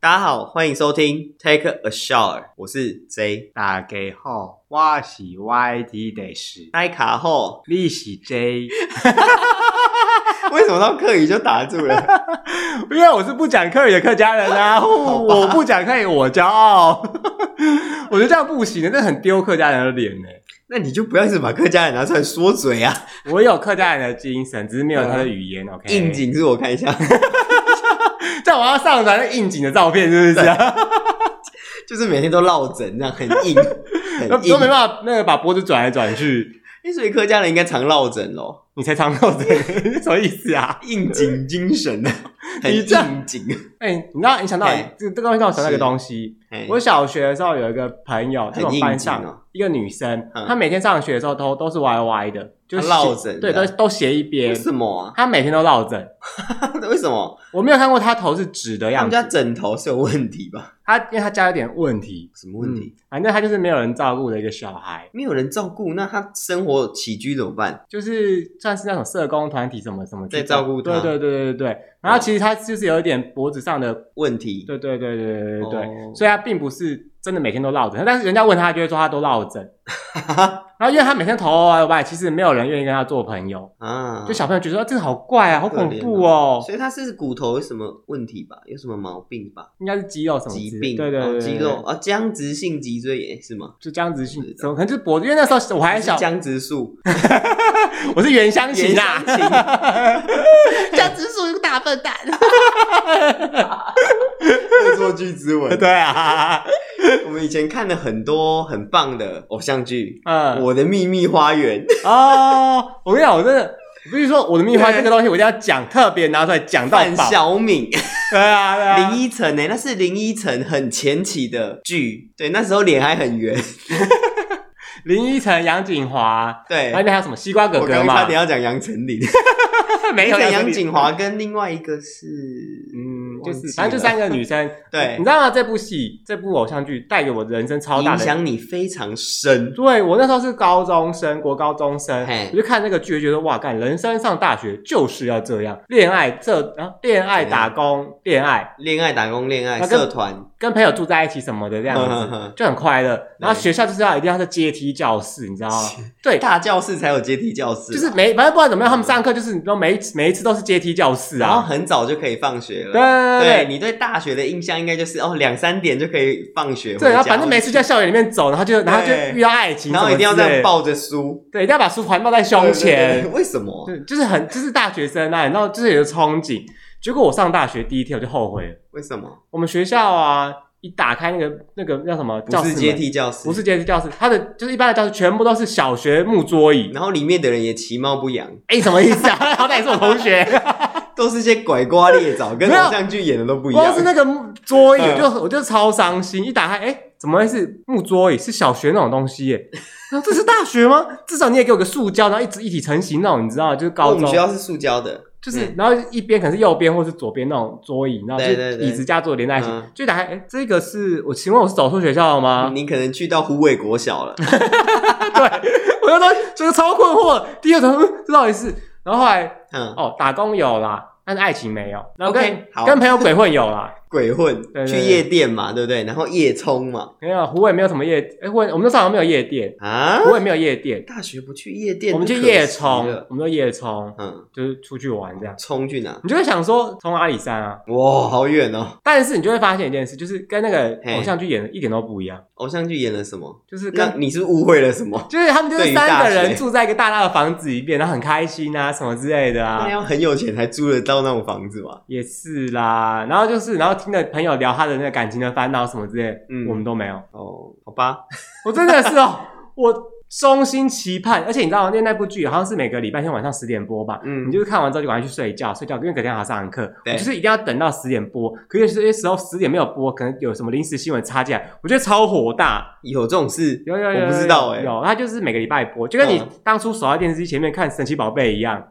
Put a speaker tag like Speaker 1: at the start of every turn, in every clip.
Speaker 1: 大家好，欢迎收听 Take a Shower，我是 J。
Speaker 2: 大家好，我是 YT 的是，
Speaker 1: 那一卡后，
Speaker 2: 你是 J，
Speaker 1: 为什么到客语就打住 了？
Speaker 2: 因为我是不讲客语的客家人啊，我不讲客语我骄傲， 我觉得这样不行的，那很丢客家人的脸呢。
Speaker 1: 那你就不要一直把客家人拿出来说嘴啊！
Speaker 2: 我有客家人的精神，只是没有他的语言。OK，
Speaker 1: 应，景是我看一下，
Speaker 2: 在我要上传那应景的照片是不是、啊？
Speaker 1: 就是每天都落枕这样，很硬，很
Speaker 2: 都
Speaker 1: 硬
Speaker 2: 都没。办法， 那个把脖子转来转去，
Speaker 1: 诶所以客家人应该常落枕咯，
Speaker 2: 你才长到这，什么意思啊？
Speaker 1: 应景精神 啊，很
Speaker 2: 你这样
Speaker 1: 应景。
Speaker 2: 哎、你知道你想到
Speaker 1: 嘿
Speaker 2: 这这个东西让我想到一个东西。
Speaker 1: 嘿
Speaker 2: 我小学的时候有一个朋友，
Speaker 1: 哎很
Speaker 2: 就我们班
Speaker 1: 应景哦
Speaker 2: 上一个女生，
Speaker 1: 嗯
Speaker 2: 她每天上学的时候都都是歪歪的，就
Speaker 1: 她
Speaker 2: 是
Speaker 1: 落枕
Speaker 2: 对，
Speaker 1: 这
Speaker 2: 都
Speaker 1: 样
Speaker 2: 都斜一
Speaker 1: 为
Speaker 2: 边。
Speaker 1: 什么啊？
Speaker 2: 她每天都落枕，
Speaker 1: 为什么？
Speaker 2: 我没有看过她头是直的
Speaker 1: 他
Speaker 2: 样
Speaker 1: 们
Speaker 2: 子。
Speaker 1: 家枕头是有问题吧？
Speaker 2: 她因为她家有点问题，
Speaker 1: 什么问题？
Speaker 2: 嗯反正她就是没有人照顾的一个小孩，
Speaker 1: 没有人照顾，那他生活起居怎么办？
Speaker 2: 就是算是那种社工团体什么什么去
Speaker 1: 在照顾她
Speaker 2: 对对对对对对。然后其实她就是有一点脖子上的，
Speaker 1: 问题
Speaker 2: 对对对对对对对对。
Speaker 1: 哦
Speaker 2: 所以她并不是真的每天都落枕，但是人家问她，她就会说她都 落枕。然后因为他每天头歪歪，其实没有人愿意跟他做朋友，
Speaker 1: 啊，
Speaker 2: 就小朋友觉得、啊、这个好怪啊，好恐怖哦，
Speaker 1: 所以他是骨头有什么问题吧？有什么毛病吧？
Speaker 2: 应该是肌肉什么
Speaker 1: 疾
Speaker 2: 之
Speaker 1: 病？
Speaker 2: 对对对
Speaker 1: 哦
Speaker 2: 对，
Speaker 1: 肌肉啊，僵直性脊椎炎是吗？
Speaker 2: 就这样子去
Speaker 1: 不知道，
Speaker 2: 怎么可能就是脖子？因为那时候我还哎小
Speaker 1: 是，僵直 素，
Speaker 2: 我是原乡情啊
Speaker 1: 原，乡
Speaker 3: 江直树是个大笨蛋。
Speaker 1: 恶作剧之吻。
Speaker 2: 对啊，
Speaker 1: 我们以前看了很多很棒的偶像剧，《
Speaker 2: 嗯，
Speaker 1: 我的秘密花园》
Speaker 2: 哦，我跟你讲，我真的。我必须说，我的秘密花
Speaker 1: 对
Speaker 2: 这个东西，我一定要讲，特别拿出来 讲到
Speaker 1: 范
Speaker 2: 爆。
Speaker 1: 晓敏、
Speaker 2: 对啊，对啊，
Speaker 1: 林依晨欸呢，那是林依晨很前期的剧，对，那时候脸还很圆，
Speaker 2: 林依晨、杨景华，
Speaker 1: 对。
Speaker 2: 哎那边还有什么西瓜哥
Speaker 1: 我
Speaker 2: 哥
Speaker 1: 刚刚差
Speaker 2: 嘛？
Speaker 1: 点要讲杨丞琳，
Speaker 2: 没有
Speaker 1: 而且
Speaker 2: 杨
Speaker 1: 杨
Speaker 2: 景
Speaker 1: 景华跟另外一个是
Speaker 2: 嗯，就
Speaker 1: 忘记
Speaker 2: 是反正就三个女生。
Speaker 1: 对
Speaker 2: 你知道吗？这部戏、这部偶像剧带给我人生超大
Speaker 1: 影
Speaker 2: 的
Speaker 1: 响你非常深，
Speaker 2: 对我那时候是高中生，国高中生
Speaker 1: 嘿，
Speaker 2: 我就看那个剧，觉得哇，干人生上大学就是要这样，恋爱这啊，恋爱
Speaker 1: 怎样
Speaker 2: 打工，恋爱
Speaker 1: 恋爱、打工、恋爱、
Speaker 2: 那跟
Speaker 1: 社团，嗯
Speaker 2: 跟朋友住在一起什么的这样子，
Speaker 1: 呵呵呵
Speaker 2: 就很快乐。然后
Speaker 1: 对
Speaker 2: 学校就是要一定要是阶梯教室，你知道吗？对，
Speaker 1: 大教室才有阶梯教室啊，
Speaker 2: 哦就是每反正不管怎么样，他们上课就是你知道每一次每一次都是阶梯教室
Speaker 1: 然后
Speaker 2: 啊。
Speaker 1: 很早就可以放学了。
Speaker 2: 对对
Speaker 1: 对
Speaker 2: 对
Speaker 1: 你对大学的印象应该就是哦，两三点就可以放学回家，
Speaker 2: 对，然后反正每次就在校园里面走，然后就然后就
Speaker 1: 对
Speaker 2: 遇到爱情，
Speaker 1: 然后一定要这
Speaker 2: 在
Speaker 1: 样，抱着 书，
Speaker 2: 对，一定要把书环抱在胸
Speaker 1: 对对
Speaker 2: 前
Speaker 1: 对，为什么？
Speaker 2: 对，就是很就是大学生啊，然后就是有憧憬。结果我上大学第一天我就后悔了。
Speaker 1: 为什么
Speaker 2: 我们学校啊，一打开那个那个叫什么教
Speaker 1: 不
Speaker 2: 室
Speaker 1: 是
Speaker 2: 门
Speaker 1: 阶，梯教室？
Speaker 2: 不，是阶梯教室，它的就是一般的教室全部都是小学木桌椅。
Speaker 1: 然后里面的人也其貌不扬，
Speaker 2: 哎、什么意思啊？ 好歹也是我同学，
Speaker 1: 都是些拐瓜裂 枣，跟
Speaker 2: 没有
Speaker 1: 偶像剧演的都不一样
Speaker 2: 光。是那个木桌椅，
Speaker 1: 嗯
Speaker 2: 我就我就超伤心。一打开，哎、怎么会是木桌椅？是小学那种东西耶、 然后这是大学吗？至少你也给我个塑胶，然后一直一体成型那种，你知道吗，就是
Speaker 1: 因为
Speaker 2: 高
Speaker 1: 我们
Speaker 2: 中
Speaker 1: 学，校是塑胶的，
Speaker 2: 就是、
Speaker 1: 嗯
Speaker 2: 然后一边可能是右边或是左边那种桌椅，然后就
Speaker 1: 对对
Speaker 2: 是
Speaker 1: 对
Speaker 2: 椅子加坐连在一起，
Speaker 1: 嗯
Speaker 2: 就一打开，哎、这个是我，请问我是走错学校了吗？
Speaker 1: 你可能去到虎尾国小了。
Speaker 2: 我就说这个超困惑。第二种，嗯这到底是？然后后来
Speaker 1: 嗯，
Speaker 2: 哦，打工有啦，但是爱情没有。然后跟
Speaker 1: OK，好
Speaker 2: 跟朋友鬼混有啦，
Speaker 1: 鬼混
Speaker 2: 对对
Speaker 1: 去
Speaker 2: 对
Speaker 1: 夜店嘛，对不对？然后夜冲嘛，
Speaker 2: 没有湖尾没有什么夜，哎，混我们那时候好像没有夜店，
Speaker 1: 啊，
Speaker 2: 湖尾没有夜店，
Speaker 1: 大学不去夜店，
Speaker 2: 我们去
Speaker 1: 都可惜
Speaker 2: 夜冲
Speaker 1: 了，
Speaker 2: 我们就夜冲，
Speaker 1: 嗯，
Speaker 2: 就是出去玩这样。
Speaker 1: 冲去哪？
Speaker 2: 你就会想说冲阿里山啊，
Speaker 1: 哇，好远哦！
Speaker 2: 但是你就会发现一件事，就是跟那个
Speaker 1: 嘿
Speaker 2: 偶像剧演的一点都不一样，
Speaker 1: 偶像剧演了什么？
Speaker 2: 就是
Speaker 1: 那
Speaker 2: 跟。
Speaker 1: 你是误会了什 么？
Speaker 2: 就是他们就是
Speaker 1: 对于
Speaker 2: 三
Speaker 1: 大
Speaker 2: 个
Speaker 1: 学
Speaker 2: 人住在一个大大的房子里面， 然后很开心啊，什么之类的啊
Speaker 1: 那。要很有钱才租得到那种房子吧？
Speaker 2: 也是啦，然后就是，然后听着朋友聊他的那个感情的烦恼什么之类的，
Speaker 1: 嗯
Speaker 2: 我们都没有。
Speaker 1: 哦，好吧，
Speaker 2: 我真的是哦， 我衷心期盼，而且你知道吗？因为那部剧好像是每个礼拜天晚上十点播吧，
Speaker 1: 嗯
Speaker 2: 你就是看完之后就赶快去睡觉，睡觉，因为隔天还要上课，我
Speaker 1: 对
Speaker 2: 就是一定要等到十点播。可有些时候十点没有播，可能有什么临时新闻插进来，我觉得超火大。
Speaker 1: 有这种事，
Speaker 2: 有有有，
Speaker 1: 我不
Speaker 2: 有
Speaker 1: 知道哎
Speaker 2: 有他就是每个礼拜播，就跟你
Speaker 1: 嗯
Speaker 2: 当初守在电视机前面看神奇宝贝 一样。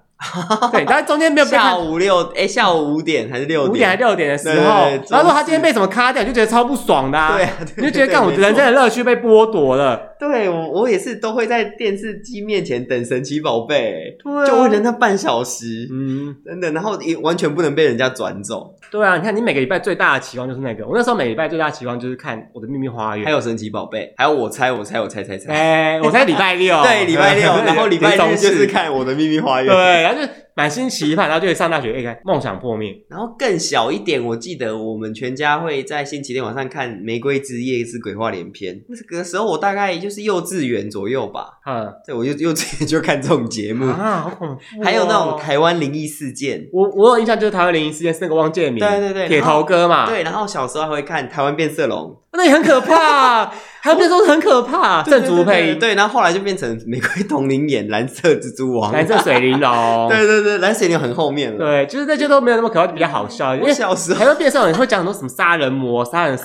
Speaker 2: 对，但是中间没有被看
Speaker 1: 下午六哎，下午五点还是六
Speaker 2: 五点还六点的时候，
Speaker 1: 对对对
Speaker 2: 然后如果他
Speaker 1: 周四
Speaker 2: 今天被什么卡掉，你就觉得超不爽的、啊，
Speaker 1: 对啊，对
Speaker 2: 你就觉得干我
Speaker 1: 对没错
Speaker 2: 人生的乐趣被剥夺了。
Speaker 1: 对我我也是都会在电视机面前等神奇宝贝，欸
Speaker 2: 对啊
Speaker 1: 就为了那半小时，
Speaker 2: 嗯，
Speaker 1: 真的，然后也完全不能被人家转走。
Speaker 2: 对啊，你看你每个礼拜最大的期望就是那个，我那时候每个礼拜最大的期望就是看我的秘密花园，
Speaker 1: 还有神奇宝贝，还有我猜我猜我猜猜猜，
Speaker 2: 哎、我才礼拜六，
Speaker 1: 对，礼 拜六，然后礼拜日就是
Speaker 2: 看。
Speaker 1: 看我的秘密花园。
Speaker 2: 对，然后就满心期盼，然后就上大学，哎、看梦想破灭，
Speaker 1: 然后更小一点，我记得我们全家会在星期天晚上看《玫瑰之夜》是鬼话连篇。那个时候我大概就是幼稚园左右吧，
Speaker 2: 嗯，
Speaker 1: 对我 幼幼稚园就看这种节目，
Speaker 2: 啊，好恐怖哦、
Speaker 1: 嗯还有那种台湾灵异事件。
Speaker 2: 我我有印象，就是台湾灵异事件是那个汪建民，
Speaker 1: 对对对
Speaker 2: 铁头哥嘛，，
Speaker 1: 对，然后小时候还会看《台湾变色龙
Speaker 2: 那也很 可怕，还有那时候很可怕，》，正啊竹配
Speaker 1: 对
Speaker 2: 音，
Speaker 1: 对，然后后来就变成《玫瑰同林眼》《蓝色蜘蛛王》
Speaker 2: 蓝色水玲 珑，
Speaker 1: 对对对，蓝水牛很后面了。
Speaker 2: 哦对，就是那些都没有那么可怕，就比较好笑，因
Speaker 1: 我
Speaker 2: 为
Speaker 1: 小时候
Speaker 2: 台，湾变色龙也会讲很多什么杀人魔、杀人。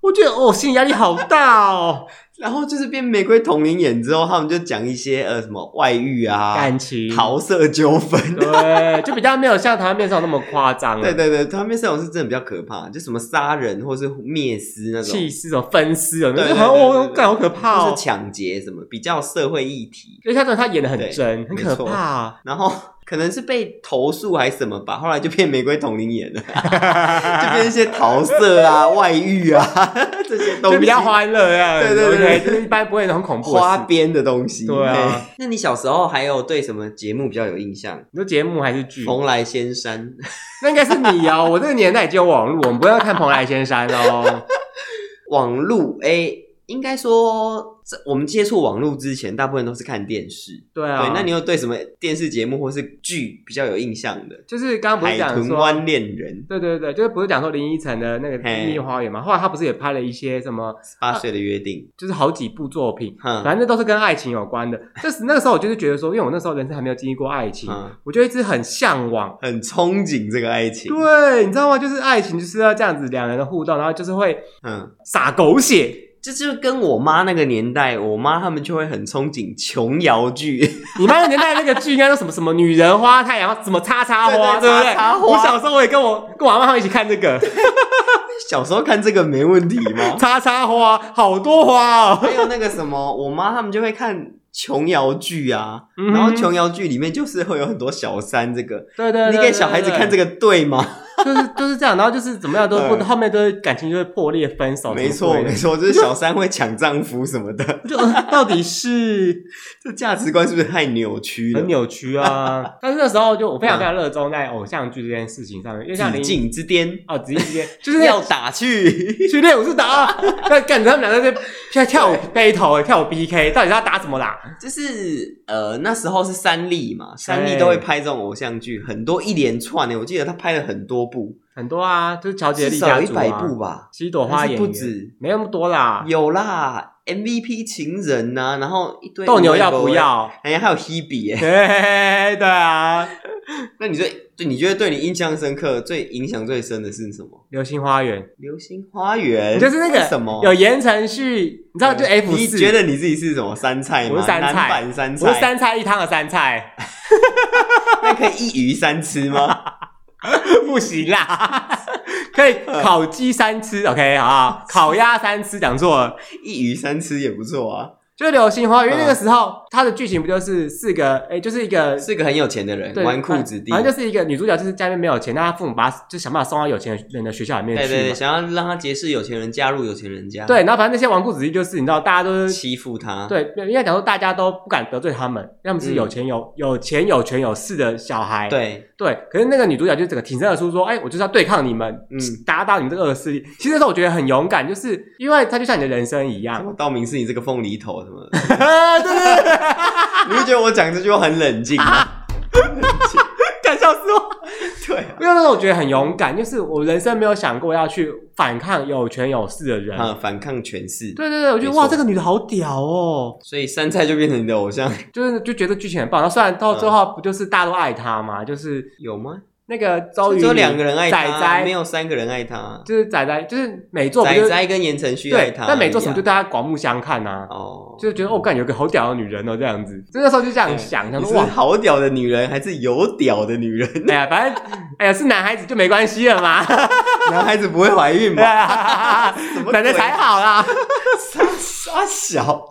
Speaker 2: 我觉得哦，心理压力好大哦，
Speaker 1: 然后就是变玫瑰同龄眼之后，他们就讲一些呃什么外遇 啊、
Speaker 2: 感情，
Speaker 1: 桃色纠纷。
Speaker 2: 对，就比较没有像台湾变色龙那么夸张啊了。
Speaker 1: 对对对，他们这种是真的比较可怕，就什么杀人或是灭尸那种
Speaker 2: 气，势哦，分尸哦，
Speaker 1: 对
Speaker 2: 那
Speaker 1: 对
Speaker 2: 好像
Speaker 1: 对
Speaker 2: 我
Speaker 1: 对
Speaker 2: 感好可怕
Speaker 1: 或
Speaker 2: 哦
Speaker 1: 是。抢劫什么，比较社会议题。
Speaker 2: 因为他真的他演的很
Speaker 1: 对
Speaker 2: 真，很
Speaker 1: 没
Speaker 2: 可
Speaker 1: 错
Speaker 2: 怕。
Speaker 1: 然后可能是被投诉还是什么吧，后来就变玫瑰同龄眼了， 就变一些桃色 啊、外遇啊 这些东西，
Speaker 2: 就比较欢乐这样子，
Speaker 1: 对对对
Speaker 2: OK，就是一般不会很恐怖的事
Speaker 1: 花。边的东西。
Speaker 2: 对啊
Speaker 1: 嘿，那你小时候还有对什么节目比较有印象？
Speaker 2: 你说节目还是剧？
Speaker 1: 蓬莱仙山，
Speaker 2: 那应该是你哦，我这个年代已经有网络，我们不要看《蓬莱仙山》哦。
Speaker 1: 网路诶、应该说，这我们接触网络之前，大部分都是看电视。
Speaker 2: 对啊，
Speaker 1: 对，那你有对什么电视节目或是剧比较有印象的？
Speaker 2: 就是刚刚不是
Speaker 1: 海
Speaker 2: 讲
Speaker 1: 豚
Speaker 2: 说，
Speaker 1: 湾恋人，
Speaker 2: 对对对，就是不是讲说林依晨的那个《
Speaker 1: 嘿
Speaker 2: 秘密花园》嘛？后来他不是也拍了一些什么，
Speaker 1: 十八岁的约定，
Speaker 2: 就是好几部作品，
Speaker 1: 哼、
Speaker 2: 反正都是跟爱情有关的。就是那个时候我就是觉得说，因为我那时候人生还没有经历过爱情，
Speaker 1: 嗯
Speaker 2: 我就一直很向往。
Speaker 1: 很憧憬这个爱情。
Speaker 2: 对，啊你知道吗？就是爱情就是要这样子两人的互动，然后就是会
Speaker 1: 嗯，
Speaker 2: 撒狗血。
Speaker 1: 这就跟我妈那个年代，我妈他们就会很憧憬琼瑶剧，
Speaker 2: 你妈那年代那个剧应该都什么什么女人花、太阳花什么叉叉花，
Speaker 1: 对对
Speaker 2: 对不对？
Speaker 1: 叉叉花
Speaker 2: 我小时候我也跟我跟我妈妈他们一起看这个
Speaker 1: 小时候看这个没问题吗？
Speaker 2: 叉叉花，好多花哦。
Speaker 1: 还有那个什么，我妈他们就会看琼瑶剧啊，
Speaker 2: 嗯哼
Speaker 1: 然后琼瑶剧里面就是会有很多小三，这个
Speaker 2: 对对哦
Speaker 1: 你给小孩子看这
Speaker 2: 个，
Speaker 1: 个对吗？
Speaker 2: 就是就是这样，然后就是怎么样都不
Speaker 1: 嗯
Speaker 2: 后面都会感情就会破裂、分手，
Speaker 1: 没错，没
Speaker 2: 没
Speaker 1: 错，
Speaker 2: 错。
Speaker 1: 就是小三会抢丈夫什么的，
Speaker 2: 就呃 到底是
Speaker 1: 这价值观是不是太扭曲了？
Speaker 2: 很扭曲 啊！但是那时候就我非常非常热衷在偶像剧这件事情上面，因为像
Speaker 1: 几
Speaker 2: 林
Speaker 1: 进之巅，
Speaker 2: 哦，直接
Speaker 1: 就
Speaker 2: 就
Speaker 1: 是是
Speaker 2: 那
Speaker 1: 要
Speaker 2: 种
Speaker 1: 打去。
Speaker 2: 去练武是打，啊 那感觉他们两个在在 跳舞 battle 跳舞 PK，到底是要打什么啦？
Speaker 1: 就是呃，那时候是三立嘛，三立都会拍这种偶像剧，很多一连串的。我记得他拍了很多部，
Speaker 2: 很多啊，就是乔杰
Speaker 1: 至
Speaker 2: 利
Speaker 1: 少
Speaker 2: 家
Speaker 1: 有一
Speaker 2: 族
Speaker 1: 百
Speaker 2: 啊，
Speaker 1: 部吧。
Speaker 2: 七朵花演员
Speaker 1: 还是不止，
Speaker 2: 没那么多啦。
Speaker 1: 有啦，MVP 情人呐、然后一堆
Speaker 2: 斗牛要不？要？
Speaker 1: 哎，还有 Hebe 耶、
Speaker 2: 对对啊，
Speaker 1: 那你最对你觉得对你印象深刻、最影响最深的是什么？
Speaker 2: 流星花园
Speaker 1: 流星花园
Speaker 2: 就是那个
Speaker 1: 为什么
Speaker 2: 有言承旭，你知道就 F
Speaker 1: 哦你
Speaker 2: 四，
Speaker 1: 觉得你自己是什么山菜吗？
Speaker 2: 我是山菜
Speaker 1: 南版山
Speaker 2: 我是
Speaker 1: 菜，
Speaker 2: 三菜一汤的三菜，
Speaker 1: 那可以一鱼三吃吗？
Speaker 2: 不行啦， 可以烤鸡三吃 ，OK 啊，烤鸭三吃，讲错了。
Speaker 1: 一鱼三吃也不错啊，
Speaker 2: 就是流星花园，因为那个时候它的剧情不就是四个，哎，就是一个
Speaker 1: 是个很有钱的人，纨绔子弟，
Speaker 2: 反正就是一个女主角，就是家里面没有钱，但她父母把她就想办法送到有钱人的学校里面去
Speaker 1: 对
Speaker 2: 嘛。
Speaker 1: 对对，想要让他结识有钱人，加入有钱人家，
Speaker 2: 对，，然后反正那些纨绔子弟就是你知道，大家都是
Speaker 1: 欺负他，，
Speaker 2: 对，应该讲说大家都不敢得罪他们，要么是有钱有、有钱有权有势的小孩，
Speaker 1: 嗯对，
Speaker 2: 对。可是那个女主角就整个挺身而出说，哎，我就是要对抗你们，
Speaker 1: 嗯
Speaker 2: 打倒你们这个恶势力。其实那时候我觉得很勇敢，就是因为她就像你的人生一样
Speaker 1: 什，么道明寺你这个凤梨头什么的，
Speaker 2: 对 对对对，
Speaker 1: 你会觉得我讲这句话很冷静吗？
Speaker 2: 敢笑死我。
Speaker 1: 对啊，
Speaker 2: 因为那时候我觉得很勇敢，就是我人生没有想过要去反抗有权有势的人。
Speaker 1: 啊，反抗权势，
Speaker 2: 对对对，我觉得
Speaker 1: 没错
Speaker 2: 哇，这个女的好屌哦，
Speaker 1: 所以山菜就变成你的偶像，
Speaker 2: 就是就觉得剧情很棒。然后虽然
Speaker 1: 嗯
Speaker 2: 到最后不就是大家都爱她嘛，就是
Speaker 1: 有吗？
Speaker 2: 那个周
Speaker 1: 就
Speaker 2: 瑜
Speaker 1: 只有两个人爱
Speaker 2: 仔
Speaker 1: 他，
Speaker 2: 仔
Speaker 1: 没有三个人爱他，
Speaker 2: 就是仔仔，就是每做不就
Speaker 1: 仔
Speaker 2: 是
Speaker 1: 仔跟言承旭爱
Speaker 2: 对
Speaker 1: 他而已啊，，
Speaker 2: 但每做什么就大家刮目相看啊，
Speaker 1: 哦，
Speaker 2: 就是觉得哦，干有个好屌的女人哦，这样子，就那时候就这样想，想
Speaker 1: 你
Speaker 2: 说
Speaker 1: 是
Speaker 2: 哇，
Speaker 1: 好屌的女人还是有屌的女人？
Speaker 2: 哎呀，反正哎呀是男孩子就没关系了嘛，
Speaker 1: 男孩子不会怀孕
Speaker 2: 啊
Speaker 1: 吧？么鬼
Speaker 2: 奶奶才好啦。
Speaker 1: 傻傻啊小，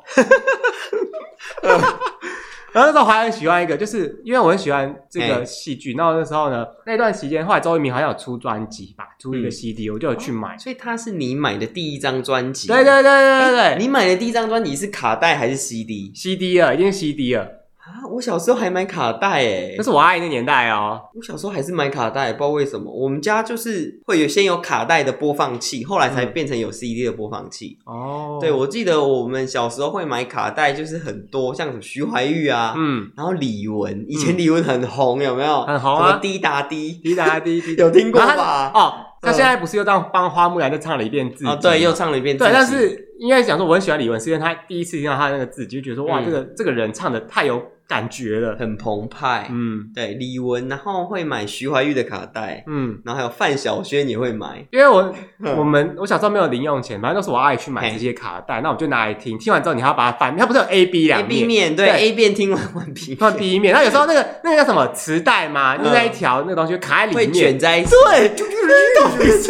Speaker 2: 然后那时候还很喜欢一个，就是因为我很喜欢这个
Speaker 1: 哎
Speaker 2: 戏剧。然后那时候呢，那段期间，后来周渝民好像有出专辑吧，出一个
Speaker 1: 嗯
Speaker 2: CD，、我就有去买。
Speaker 1: 所以他是你买的第一张专辑，
Speaker 2: 对对对对对对，
Speaker 1: 你买的第一张专辑是卡带还是 CD
Speaker 2: CD 了，已经是 CD 了，
Speaker 1: 啊？我小时候还买卡带欸诶、
Speaker 2: 那是我阿姨那年代哦。
Speaker 1: 我小时候还是买卡带，不知道为什么，我们家就是会有先有卡带的播放器，后来才
Speaker 2: 嗯
Speaker 1: 变成有 CD 的播放器。
Speaker 2: 哦
Speaker 1: 对，我记得我们小时候会买卡带，就是很多像什么徐怀钰啊，
Speaker 2: 嗯，
Speaker 1: 然后李玟，以前李玟很红，有没有？
Speaker 2: 很红
Speaker 1: 什
Speaker 2: 啊
Speaker 1: 么滴答滴，
Speaker 2: 滴答滴滴，
Speaker 1: 有听过
Speaker 2: 然后他
Speaker 1: 吧？嗯
Speaker 2: 哦，他现在不是又当帮花木兰再唱了一遍自己？
Speaker 1: 哦，对，又唱了一遍自己。
Speaker 2: 对，但是应该讲说，我很喜欢李玟，是因为他第一次听到他那个字，就觉得说，哇，
Speaker 1: 嗯
Speaker 2: 这个这个人唱的太有感觉了。
Speaker 1: 很澎湃。
Speaker 2: 嗯
Speaker 1: 对，李玟，然后会买徐怀钰的卡带，
Speaker 2: 嗯，
Speaker 1: 然后还有范晓萱也会买。
Speaker 2: 因为我
Speaker 1: 嗯
Speaker 2: 我们我小时候没有零用钱，反正都是我阿姨去买
Speaker 1: 嘿
Speaker 2: 这些卡带，那我就拿来听，听完之后你还要把它翻，它不是有 A B
Speaker 1: A
Speaker 2: 两
Speaker 1: B
Speaker 2: 面。
Speaker 1: 面对
Speaker 2: 对
Speaker 1: A 面听完换 B
Speaker 2: 放第一面，然后有时候那个那个叫什么磁带嘛，就那一条那个东西会卡在里
Speaker 1: 嗯会
Speaker 2: 面，
Speaker 1: 卷在一起，
Speaker 2: 对，就就是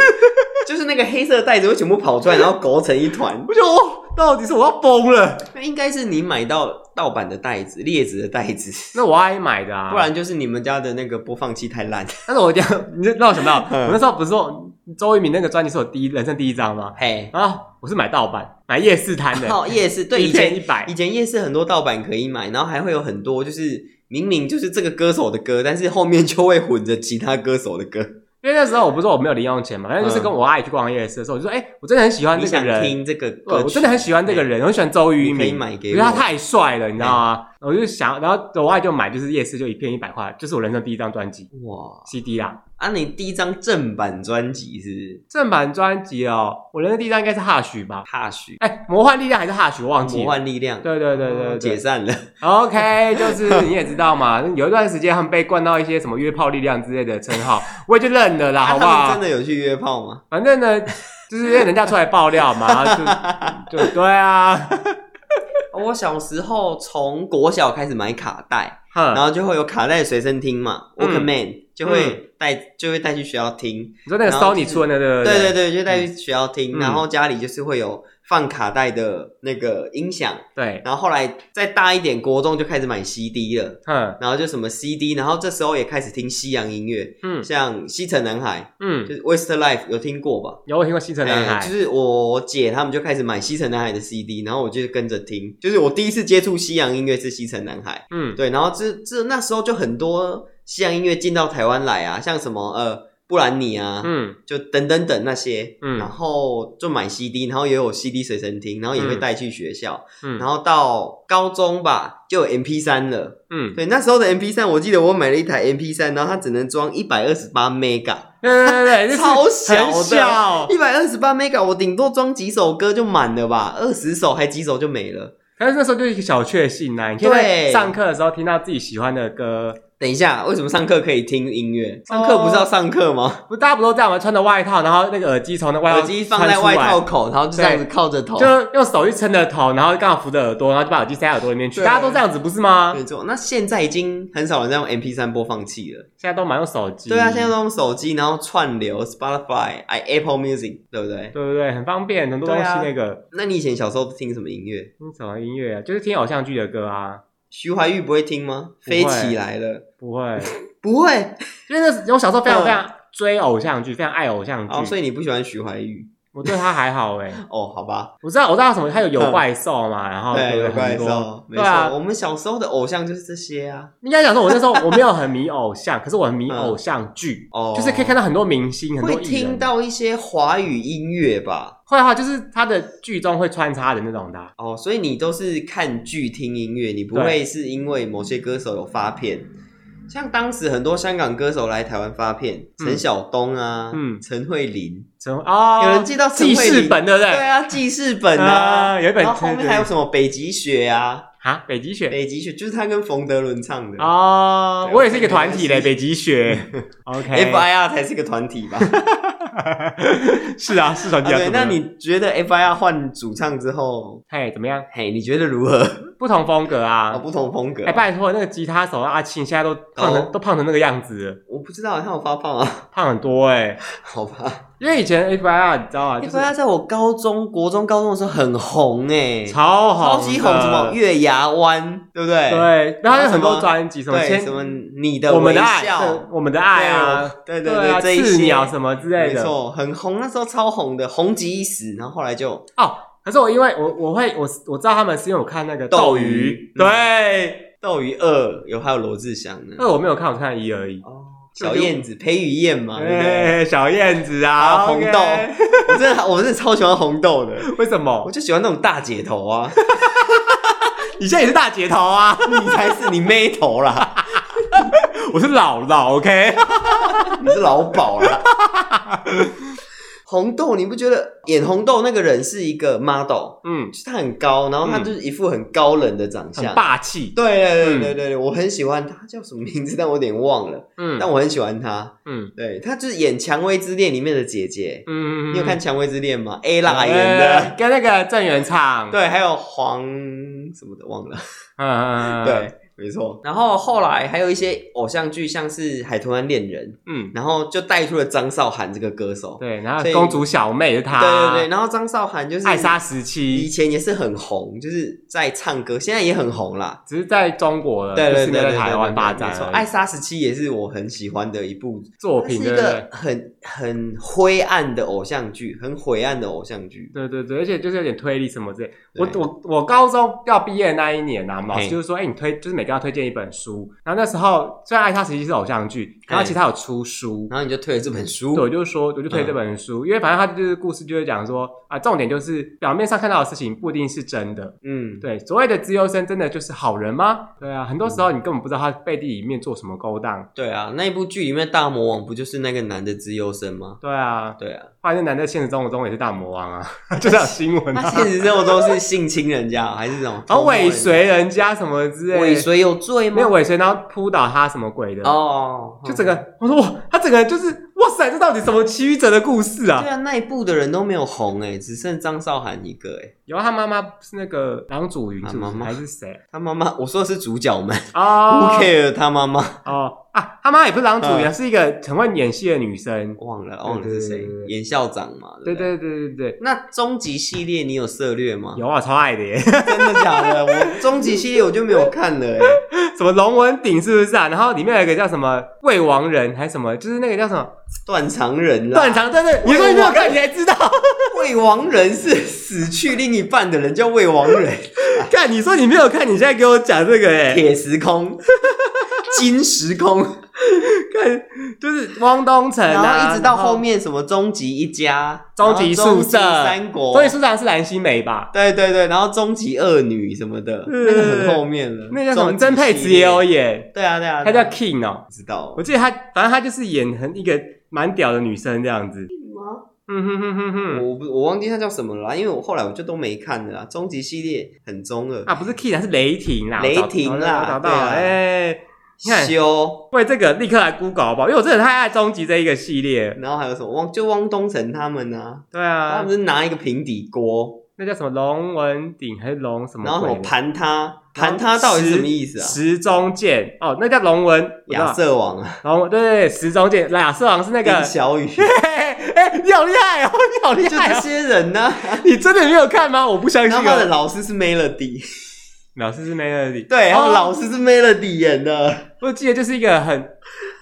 Speaker 1: 就是那个黑色袋子会全部跑出来，然后勾成一团。
Speaker 2: 我就哦，到底是我要崩了？
Speaker 1: 那 应该是你买到盗版的袋子、劣质的袋子，
Speaker 2: 那我阿姨买的啊，
Speaker 1: 不然就是你们家的那个播放器太烂。
Speaker 2: 但是我讲，你就让我想到，
Speaker 1: 嗯
Speaker 2: 我那时候不是说周渝民那个专辑是我第一人生第一张吗？
Speaker 1: 嘿，
Speaker 2: 然后我是买盗版，买夜市摊的，
Speaker 1: 哦，夜市对
Speaker 2: 一
Speaker 1: 以前
Speaker 2: 片一百
Speaker 1: 以，前夜市很多盗版可以买，然后还会有很多就是明明就是这个歌手的歌，但是后面就会混着其他歌手的歌。
Speaker 2: 因为那时候我不是说我没有零用钱嘛，反正就是跟我阿姨去逛夜市的时候，我就说，哎，我真的很喜
Speaker 1: 嗯
Speaker 2: 欢
Speaker 1: 你
Speaker 2: 这个
Speaker 1: 想
Speaker 2: 人，
Speaker 1: 啊听这个
Speaker 2: 对
Speaker 1: 歌
Speaker 2: 我
Speaker 1: 曲，
Speaker 2: 真的很喜欢这个人，我很喜欢周渝
Speaker 1: 你可以
Speaker 2: 民，
Speaker 1: 买
Speaker 2: 因
Speaker 1: 给
Speaker 2: 为
Speaker 1: 我
Speaker 2: 他。太帅了，你知道吗？我就想，然后我阿姨就买，就是夜市就一片一百块，就是我人生第一张专辑
Speaker 1: 哇，
Speaker 2: CD 啦，
Speaker 1: 啊，你第一张正版专辑是
Speaker 2: 正版专辑哦，我人生第一张应该是哈许吧
Speaker 1: 《哈许
Speaker 2: 哎，魔幻力量还是哈许，我忘记
Speaker 1: 魔
Speaker 2: 了。
Speaker 1: 幻力量》
Speaker 2: 对对对对对，
Speaker 1: 解散 了。
Speaker 2: OK，就是你也知道嘛，有一段时间他们被冠到一些什么约炮力量之类的称号，我也就认了啦，
Speaker 1: 啊
Speaker 2: 好不
Speaker 1: 他们
Speaker 2: 好
Speaker 1: 真？的有去约炮吗？
Speaker 2: 反正呢，就是因为人家出来爆料 嘛，就就对啊，
Speaker 1: 我小时候从国小开始买卡带，然
Speaker 2: 哼，
Speaker 1: 后就会有卡带随身听嘛
Speaker 2: 嗯
Speaker 1: ，Walkman 就会带就会带去学校听。
Speaker 2: 你说那个
Speaker 1: 然后
Speaker 2: Sony
Speaker 1: 就是
Speaker 2: 出的那
Speaker 1: 嗯
Speaker 2: 个，
Speaker 1: 对对对，就带去学校听，
Speaker 2: 嗯
Speaker 1: 然后家里就是会有放卡带的那个音响，
Speaker 2: 对，
Speaker 1: 然后后来再大一点，国中就开始买 CD 了，
Speaker 2: 哼，
Speaker 1: 然后就什么 CD，然后这时候也开始听西洋音乐，
Speaker 2: 嗯
Speaker 1: 像西城男孩，就
Speaker 2: 嗯，
Speaker 1: 是 Westlife 有听过吧？
Speaker 2: 有我听过《星辰男
Speaker 1: 哎
Speaker 2: 孩
Speaker 1: 就》，是我姐他们就开始买西城男孩的 CD，然后我就跟着听，就是我第一次接触西洋音乐是西城男孩，
Speaker 2: 嗯，
Speaker 1: 对，然后这这那时候就很多西洋音乐进到台湾来啊，像什么呃布兰妮啊，
Speaker 2: 嗯
Speaker 1: 就等等等那些，
Speaker 2: 嗯
Speaker 1: 然后就买 CD，然后也有 CD 随身听，然后也会
Speaker 2: 嗯
Speaker 1: 带去学校，
Speaker 2: 嗯，
Speaker 1: 然后到高中吧就有 MP 三了，
Speaker 2: 嗯，
Speaker 1: 对，那时候的 MP 三，我记得我买了一台 MP 三，然后它只能装一百二十八 mega。
Speaker 2: 对对对，就是
Speaker 1: 超小的
Speaker 2: 很小，
Speaker 1: 一百二十八 mega，我顶多装几首歌就满了吧，二十首还几首就没了。
Speaker 2: 但是那时候就是一个小确幸呐，你可以在
Speaker 1: 对
Speaker 2: 上课的时候听到自己喜欢的歌，
Speaker 1: 等一下，为什么上课可以听音乐？上课不是要上课吗？
Speaker 2: 不，大家不都这样吗？穿着外套，然后那个耳机从那外套
Speaker 1: 耳机放在
Speaker 2: 穿出
Speaker 1: 外
Speaker 2: 来
Speaker 1: 套口，然后就这样子
Speaker 2: 对
Speaker 1: 靠着头。
Speaker 2: 就用手去撑着头，然后刚好扶着耳朵，然后就把耳机塞耳朵里面去。
Speaker 1: 对
Speaker 2: 大家都这样子不是吗？
Speaker 1: 没错，那现在已经很少人在用 MP 3播放器了。
Speaker 2: 现在都蛮用手机。
Speaker 1: 对啊，现在都用手机，然后串流、Spotify、i Apple Music，对不对？
Speaker 2: 对不对？很方便，很多东西
Speaker 1: 对啊
Speaker 2: 那个
Speaker 1: 那你以前小时候都听什么音乐？
Speaker 2: 听什么音乐啊，就是听偶像剧的歌啊，
Speaker 1: 徐怀钰不会听吗？
Speaker 2: 不会
Speaker 1: 飞起来了，
Speaker 2: 不 会，
Speaker 1: 不会。
Speaker 2: 因为那时我小时候非常
Speaker 1: 嗯
Speaker 2: 非常追偶像剧，非常爱偶像
Speaker 1: 哦，所
Speaker 2: 剧。
Speaker 1: 以你不喜欢徐怀钰？
Speaker 2: 我对他还好哎、
Speaker 1: 哦，好吧。
Speaker 2: 我知道我知道什么，他有有怪兽嘛，然后
Speaker 1: 嗯对，
Speaker 2: 有
Speaker 1: 有怪
Speaker 2: 啊很多
Speaker 1: 兽，没
Speaker 2: 对
Speaker 1: 错、
Speaker 2: 啊
Speaker 1: 我，们小时候的偶像就是这些啊。
Speaker 2: 应该讲说，我那时候我没有很迷偶像，可是我很迷偶像剧，
Speaker 1: 哦，
Speaker 2: 就是可以看到很多明星，很多
Speaker 1: 会
Speaker 2: 艺人
Speaker 1: 听，到一些华语音乐吧。
Speaker 2: 会的话就是他的剧中会穿插的那种的啊、
Speaker 1: 哦，所以你都是看剧听音乐，你不
Speaker 2: 对
Speaker 1: 会是因为某些歌手有发片。像当时很多香港歌手来台湾发片，
Speaker 2: 嗯
Speaker 1: 陈晓东啊，
Speaker 2: 嗯
Speaker 1: 陈慧琳，
Speaker 2: 陈哦，
Speaker 1: 有人记到陈慧
Speaker 2: 记
Speaker 1: 琳
Speaker 2: 事本对不对？
Speaker 1: 对啊，记事本啊，
Speaker 2: 啊有一本
Speaker 1: 然后后面还有什么北极雪啊，
Speaker 2: 啊，北极雪
Speaker 1: 北极雪就是他跟冯德伦唱的
Speaker 2: 哦，
Speaker 1: 对啊
Speaker 2: 我也是一个团体嘞，
Speaker 1: 我看
Speaker 2: 北极雪。OK，
Speaker 1: f i r 才是个团体吧？
Speaker 2: 是啊，是团
Speaker 1: 啊
Speaker 2: 体啊。
Speaker 1: 对，
Speaker 2: 怎么
Speaker 1: 那
Speaker 2: 了
Speaker 1: 你觉得 F I R 换主唱之后，
Speaker 2: 嘿怎么样？
Speaker 1: 嘿，你觉得如何？
Speaker 2: 不同风格
Speaker 1: 啊，
Speaker 2: 啊。
Speaker 1: 不同风格。
Speaker 2: 哎，拜托，那个吉他手阿庆现在都胖成
Speaker 1: 哦
Speaker 2: 都胖成那个样子了，
Speaker 1: 我不知道他有发胖啊，
Speaker 2: 胖很多哎。
Speaker 1: 好吧。
Speaker 2: 因为以前 FIR 你知道啊，就是
Speaker 1: FIR 在我高中、国中、高中的时候很红哎、
Speaker 2: 超红
Speaker 1: 超
Speaker 2: 的
Speaker 1: 级红，什么月牙湾，对不对？
Speaker 2: 对，然后还有很
Speaker 1: 什
Speaker 2: 多
Speaker 1: 么
Speaker 2: 专辑，什么
Speaker 1: 对，
Speaker 2: 千
Speaker 1: 什么你的
Speaker 2: 我们的
Speaker 1: 微
Speaker 2: 爱，
Speaker 1: 笑
Speaker 2: 对我们的爱啊，
Speaker 1: 对对
Speaker 2: 对啊，
Speaker 1: 这一
Speaker 2: 赤
Speaker 1: 些
Speaker 2: 鸟什么之类
Speaker 1: 没
Speaker 2: 的。
Speaker 1: 错，很红，那时候超红的，红极一时。然后后来就
Speaker 2: 哦，可是我因为我我会我我知道他们是因为我看那个
Speaker 1: 斗
Speaker 2: 斗
Speaker 1: 鱼
Speaker 2: 鱼，
Speaker 1: 嗯
Speaker 2: 对，
Speaker 1: 斗鱼二有还有罗志祥呢，
Speaker 2: 那我没有看，我看一而已。
Speaker 1: 哦，小燕子裴雨燕嘛，对不啊对？
Speaker 2: 哎，小燕子
Speaker 1: 还
Speaker 2: 啊，
Speaker 1: 有红
Speaker 2: OK
Speaker 1: 豆，我真的我真的超喜欢红豆的，
Speaker 2: 为什
Speaker 1: 我
Speaker 2: 么？
Speaker 1: 就喜欢那种大姐头啊，
Speaker 2: 你现在也是大姐头啊，
Speaker 1: 你才是你妹头啦，
Speaker 2: 我是姥姥，OK？
Speaker 1: 你是老鸨啦。红豆，你不觉得演红豆那个人是一个 model，
Speaker 2: 嗯，
Speaker 1: 就是他很高，然后他
Speaker 2: 嗯
Speaker 1: 就是一副很高冷的长
Speaker 2: 很
Speaker 1: 相，
Speaker 2: 霸嗯气，
Speaker 1: 对对对对对对，我很喜欢他叫什么名字，但我有点忘了，
Speaker 2: 嗯
Speaker 1: 但我很喜欢他。
Speaker 2: 嗯
Speaker 1: 对他就是演《蔷薇之恋》里面的姐姐，
Speaker 2: 嗯
Speaker 1: 你有看《蔷薇之恋》吗？A 啦
Speaker 2: 哎
Speaker 1: 演的，
Speaker 2: 跟那个郑元畅，
Speaker 1: 对，还有黄什么的忘了，
Speaker 2: 嗯，嗯，嗯
Speaker 1: 对，没错。然后后来还有一些偶像剧，像是《海豚湾恋人》，
Speaker 2: 嗯，
Speaker 1: 然后就带出了张韶涵这个歌手。
Speaker 2: 对，然后
Speaker 1: 所以
Speaker 2: 公主小妹也是她，
Speaker 1: 对对对，然后张韶涵就是
Speaker 2: 艾莎时
Speaker 1: 以
Speaker 2: 期，
Speaker 1: 前也是很红，就是在唱歌，现在也很红啦。
Speaker 2: 只是在中国了，
Speaker 1: 对对
Speaker 2: 就是
Speaker 1: 对
Speaker 2: 没
Speaker 1: 对
Speaker 2: 有
Speaker 1: 对
Speaker 2: 在
Speaker 1: 对，
Speaker 2: 台湾
Speaker 1: 对
Speaker 2: 发
Speaker 1: 没
Speaker 2: 展
Speaker 1: 错
Speaker 2: 而已。
Speaker 1: 艾莎时期也是我很喜欢的一部
Speaker 2: 作
Speaker 1: 它是
Speaker 2: 品，
Speaker 1: 一
Speaker 2: 对对
Speaker 1: 个很很灰暗的偶像剧，很灰暗的偶像剧。
Speaker 2: 对对对，而且就是有点推理什么之类。我
Speaker 1: 对
Speaker 2: 我我高中要毕业那一年啊，老
Speaker 1: 嘿
Speaker 2: 师就是说，哎、你推就是每个要推荐一本书。然后那时候虽然《爱他实际是偶像剧，然后其实他有出书，
Speaker 1: 然后你就推了这本书，
Speaker 2: 对，我就说我就
Speaker 1: 嗯
Speaker 2: 推这本书，因为反正他就是故事就会讲说啊，重点就是表面上看到的事情不一定是真的。
Speaker 1: 嗯，
Speaker 2: 对，所谓的资优生真的就是好人吗？对啊，很多时
Speaker 1: 嗯
Speaker 2: 候你根本不知道他背地里面做什么勾当。
Speaker 1: 对啊，那一部剧里面大魔王不就是那个男的资优生吗？
Speaker 2: 对啊，
Speaker 1: 对啊，
Speaker 2: 发现男的现实生活中也是大魔王啊， 就是有新闻
Speaker 1: 他
Speaker 2: 啊，
Speaker 1: 现实生活中是性侵人家，哦还是什么？
Speaker 2: 然后哦尾，随人家什么之类的，
Speaker 1: 尾随有罪吗？
Speaker 2: 没有尾随，然后扑倒他什么鬼的，
Speaker 1: 哦，
Speaker 2: 就整个我说哇，他整个人就是哇塞，这到底什么奇遇者的故事
Speaker 1: 对
Speaker 2: 啊？
Speaker 1: 啊，那一部的人都没有红哎，只剩张韶涵一个哎。
Speaker 2: 然后啊他妈妈不是那个郎祖云，是不
Speaker 1: 啊妈
Speaker 2: 是
Speaker 1: 妈
Speaker 2: 还是谁
Speaker 1: 他妈妈，我说的是主角们
Speaker 2: 啊
Speaker 1: ，Who 嗯 care 他妈妈？
Speaker 2: 哦啊，他妈也不是郎祖云，是一个很会演戏的女生。
Speaker 1: 忘了，忘了
Speaker 2: 对
Speaker 1: 是
Speaker 2: 对
Speaker 1: 谁
Speaker 2: 对对，对
Speaker 1: 演校长嘛？
Speaker 2: 对
Speaker 1: 不对。
Speaker 2: 对对对对，
Speaker 1: 那终极系列你有涉猎吗？
Speaker 2: 有啊，超爱的耶！
Speaker 1: 真的假的？我 终极系列我就没有看了、欸，
Speaker 2: 什么龙文鼎是不是啊？然后里面有一个叫什么魏王人还是什么，就是那个叫什么
Speaker 1: 断肠人啦，
Speaker 2: 断肠，对对，你说你没有看，你还知道？
Speaker 1: 未亡人是死去另一半的人叫未亡 人，
Speaker 2: 看你说你没有看，你现在给我讲这个哎，
Speaker 1: 铁时空，金时空，
Speaker 2: 看就是汪东城啊，
Speaker 1: 然后一直到
Speaker 2: 然
Speaker 1: 后面什么终极一家、
Speaker 2: 终极
Speaker 1: 然后
Speaker 2: 宿舍
Speaker 1: 终极三国
Speaker 2: 所以，书长是蓝心湄吧？
Speaker 1: 对对对，然后终极恶女什么的，
Speaker 2: 嗯
Speaker 1: 那个很后面了。
Speaker 2: 那叫什么？
Speaker 1: 终极
Speaker 2: 曾沛慈也有
Speaker 1: 系列，
Speaker 2: 演，
Speaker 1: 对啊对啊，
Speaker 2: 她
Speaker 1: 对
Speaker 2: 叫
Speaker 1: 啊
Speaker 2: King 哦。
Speaker 1: 不知道
Speaker 2: 我记得她，反正她就是演很一个蛮屌的女生这样子。
Speaker 1: 吗？
Speaker 2: 嗯哼哼哼哼，
Speaker 1: 我不我忘记它叫什么了啦，因为我后来我就都没看了啦。终极系列很中二，
Speaker 2: 啊不是 King 啊，是雷霆啦，
Speaker 1: 雷霆
Speaker 2: 我
Speaker 1: 啦
Speaker 2: 找找到
Speaker 1: 对啊
Speaker 2: 了，哎，你看
Speaker 1: 修。
Speaker 2: 为这个立刻来 Google 好不好？因为我真的太爱终极这一个系列。
Speaker 1: 然后还有什么汪就汪东城他们啊，
Speaker 2: 对
Speaker 1: 他
Speaker 2: 啊
Speaker 1: 们，是拿一个平底锅，
Speaker 2: 那叫什么龙文鼎还是龙什么鬼
Speaker 1: 然
Speaker 2: 的？
Speaker 1: 后什么盘他盘他到底是什么意思啊？
Speaker 2: 时钟剑哦，那叫龙文
Speaker 1: 亚，瑟王啊，
Speaker 2: 然后对对对，时钟剑，亚瑟好像是那个
Speaker 1: 跟。小雨，就
Speaker 2: 哎、哎，你好厉害哦！你好厉害、
Speaker 1: 这
Speaker 2: 哦！
Speaker 1: 些人 呢、
Speaker 2: 你真的没有看吗？我不相信、
Speaker 1: 然后他的
Speaker 2: 哦。
Speaker 1: 老师是 Melody，
Speaker 2: 老师是 Melody，
Speaker 1: 对，他们
Speaker 2: 哦
Speaker 1: 老师是 Melody 演的，
Speaker 2: 我记得就是一个很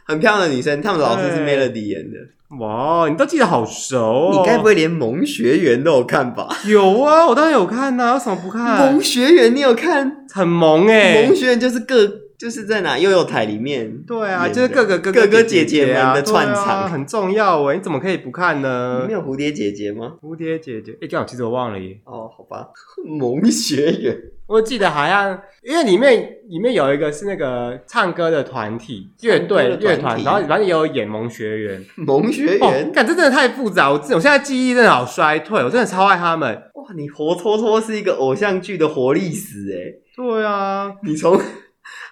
Speaker 1: 很漂亮的女生，他们老师是
Speaker 2: 对
Speaker 1: Melody 演的。
Speaker 2: 哇，你都记得好熟、哦。
Speaker 1: 你该不会连《萌学园》都有看吧？
Speaker 2: 有啊？我当然有看呐、啊，为什么不
Speaker 1: 《
Speaker 2: 看
Speaker 1: 萌？学园》你有看？
Speaker 2: 很萌哎、
Speaker 1: 《萌学园》就是各就是在哪幼幼台里面，
Speaker 2: 对啊，
Speaker 1: 演的
Speaker 2: 就是各个哥
Speaker 1: 各
Speaker 2: 哥
Speaker 1: 个姐
Speaker 2: 姐
Speaker 1: 们
Speaker 2: 啊
Speaker 1: 的串
Speaker 2: 对啊
Speaker 1: 场。嗯
Speaker 2: 很重要哎、你怎么可以不看呢
Speaker 1: 你没？有蝴蝶姐姐吗？
Speaker 2: 蝴蝶姐姐，哎、刚好其实我忘了耶，
Speaker 1: 哦，好吧， 萌学园
Speaker 2: 我记得好像因为里面里面有一个是那个唱歌的团体乐队
Speaker 1: 唱歌的团体
Speaker 2: 乐团，然后反正也有演萌学园。
Speaker 1: 萌学
Speaker 2: 哦
Speaker 1: 园，、
Speaker 2: 感这真的太复杂，我自我现在记忆真的好衰退，我真的超爱他们。
Speaker 1: 哇，你活脱脱是一个偶像剧的活历史哎！
Speaker 2: 对啊，
Speaker 1: 你从 《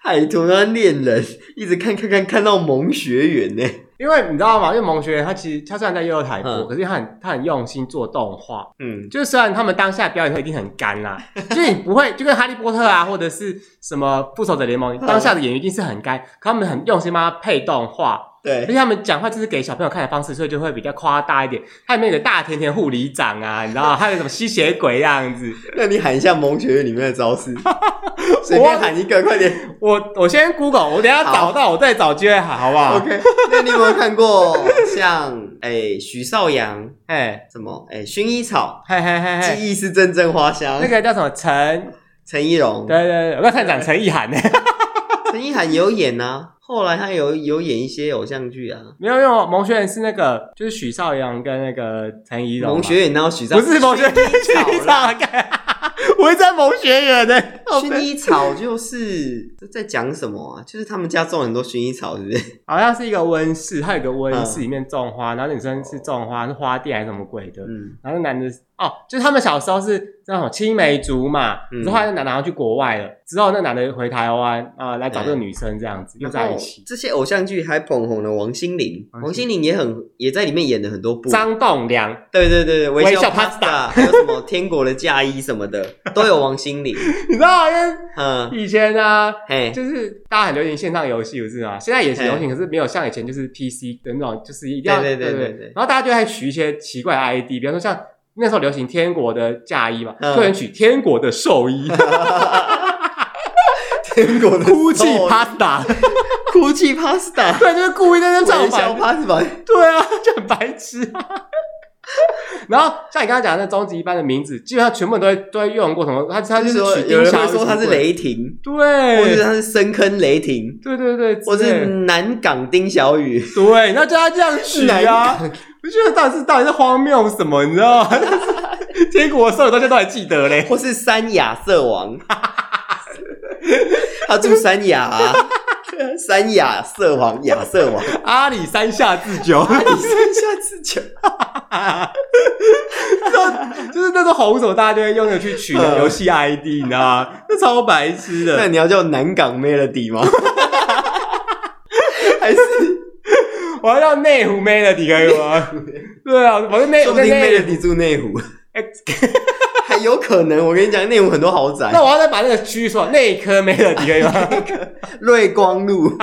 Speaker 1: 海豚湾恋人》一直看看看看到萌学园欸呢，
Speaker 2: 因为你知道吗？因为萌学园他其实他虽然在幼儿台播，
Speaker 1: 嗯
Speaker 2: 可是他很他很用心做动画，
Speaker 1: 嗯，
Speaker 2: 就是虽然他们当下表演会一定很干啦， 就是你不会就跟哈利波特啊或者是什么复仇者联盟
Speaker 1: 嗯
Speaker 2: 当下的演员一定是很干，可他们很用心帮他配动画。而
Speaker 1: 对
Speaker 2: 且他们讲话就是给小朋友看的方式，所以就会比较夸大一点。它里面有个大甜甜护理长啊，你知道，还有什么吸血鬼这样子。
Speaker 1: 那你喊一下萌学院里面的招 式，随便喊一个，快点。
Speaker 2: 我我先 Google，我等一下找到，我再找机会好，好不好？
Speaker 1: OK，那你有没有看过像哎许绍洋
Speaker 2: 哎，
Speaker 1: 什么哎薰衣草，
Speaker 2: 嘿嘿嘿嘿，
Speaker 1: 记忆是阵阵花香
Speaker 2: 那，个叫什么陈？
Speaker 1: 陈奕龙，
Speaker 2: 对对对，我刚看长陈意涵呢，
Speaker 1: 陈意涵也有演呐、后来他有有演一些偶像剧啊，
Speaker 2: 没有没有，蒙学院是那个就是许绍洋跟那个陈
Speaker 1: 《
Speaker 2: 怡蓉嘛，啊
Speaker 1: 萌学园》然后许绍
Speaker 2: 不是蒙学院，
Speaker 1: 薰衣
Speaker 2: 许
Speaker 1: 草啦
Speaker 2: 绍洋，我是在蒙学欸院呢。
Speaker 1: 薰衣草就是这在讲什么啊？就是他们家种很多薰衣草，是不是？
Speaker 2: 好像是一个温室，它有个温
Speaker 1: 嗯
Speaker 2: 室里面种花，然后女生是种花，是花店还是什么鬼的。
Speaker 1: 嗯，
Speaker 2: 然后那男的哦，就是他们小时候是那种青梅竹马，
Speaker 1: 嗯
Speaker 2: 之后那男的好像去国外了，之后那男的回台湾啊、来找
Speaker 1: 嗯
Speaker 2: 这个女生这样子，又在一起。
Speaker 1: 这些偶像剧还捧红了王心凌，
Speaker 2: 王心
Speaker 1: 王心凌也很也在里面演了很多部。
Speaker 2: 张栋梁，
Speaker 1: 对对对对，微
Speaker 2: 微笑
Speaker 1: Pasta，还有什么天国的嫁衣什么 的，都有王心凌。
Speaker 2: 你知道，因
Speaker 1: 嗯，
Speaker 2: 为以前呢、
Speaker 1: 嘿，
Speaker 2: 就是大家很流行线上游戏，不是吗？现在也是流行，可是没有像以前就是 PC 的那种，就是一定要
Speaker 1: 对对对
Speaker 2: 对
Speaker 1: 对对
Speaker 2: 然后大家就还取一些奇怪的 ID，比方说像那时候流行天国的嫁衣嘛，
Speaker 1: 嗯
Speaker 2: 就有人取天国的寿 衣，
Speaker 1: 天 国的
Speaker 2: 哭泣
Speaker 1: 哦
Speaker 2: pasta，
Speaker 1: 哭泣 Pasta，
Speaker 2: 对，就是故意在那造
Speaker 1: 微
Speaker 2: 反
Speaker 1: 笑。Pasta，
Speaker 2: 对啊，就很白痴、啊。 然后像你刚刚讲的那终极一班的名字，基本上全部人都会都会用过什么？他
Speaker 1: 他
Speaker 2: 他就
Speaker 1: 就是说
Speaker 2: 取
Speaker 1: 有
Speaker 2: 丁
Speaker 1: 人
Speaker 2: 小
Speaker 1: 会
Speaker 2: 雨
Speaker 1: 说他是
Speaker 2: 什么鬼，
Speaker 1: 雷霆，或者是
Speaker 2: 对，
Speaker 1: 他是深坑雷霆，
Speaker 2: 对对对，
Speaker 1: 或
Speaker 2: 之类
Speaker 1: 是嗯
Speaker 2: 的
Speaker 1: 南港丁小雨。
Speaker 2: 对，那就要这样取啊！我觉得到底是到底是荒谬什么，你知道吗？ 结果我所有东西都还记得嘞。
Speaker 1: 或是三亚色 王，他住三亚、 啊，三亚色王亚色 王，
Speaker 2: 阿里山下智久，
Speaker 1: 你剩下自己
Speaker 2: 就是那时候红手，大家就会用着去取的游戏 ID，你知道吗？那超白痴 的。
Speaker 1: 嗯那你要叫南港 Melody 吗？ 还是
Speaker 2: 我要让内湖妹的你可以吗？对啊，我是内
Speaker 1: 说
Speaker 2: 我
Speaker 1: 不
Speaker 2: 在
Speaker 1: 定
Speaker 2: 内湖。
Speaker 1: Melody 住内湖，
Speaker 2: 哎
Speaker 1: 还 有可能。我跟你讲，内湖很多豪宅
Speaker 2: 那，我要再把那个区域说内科妹的你可以吗？
Speaker 1: 瑞光路，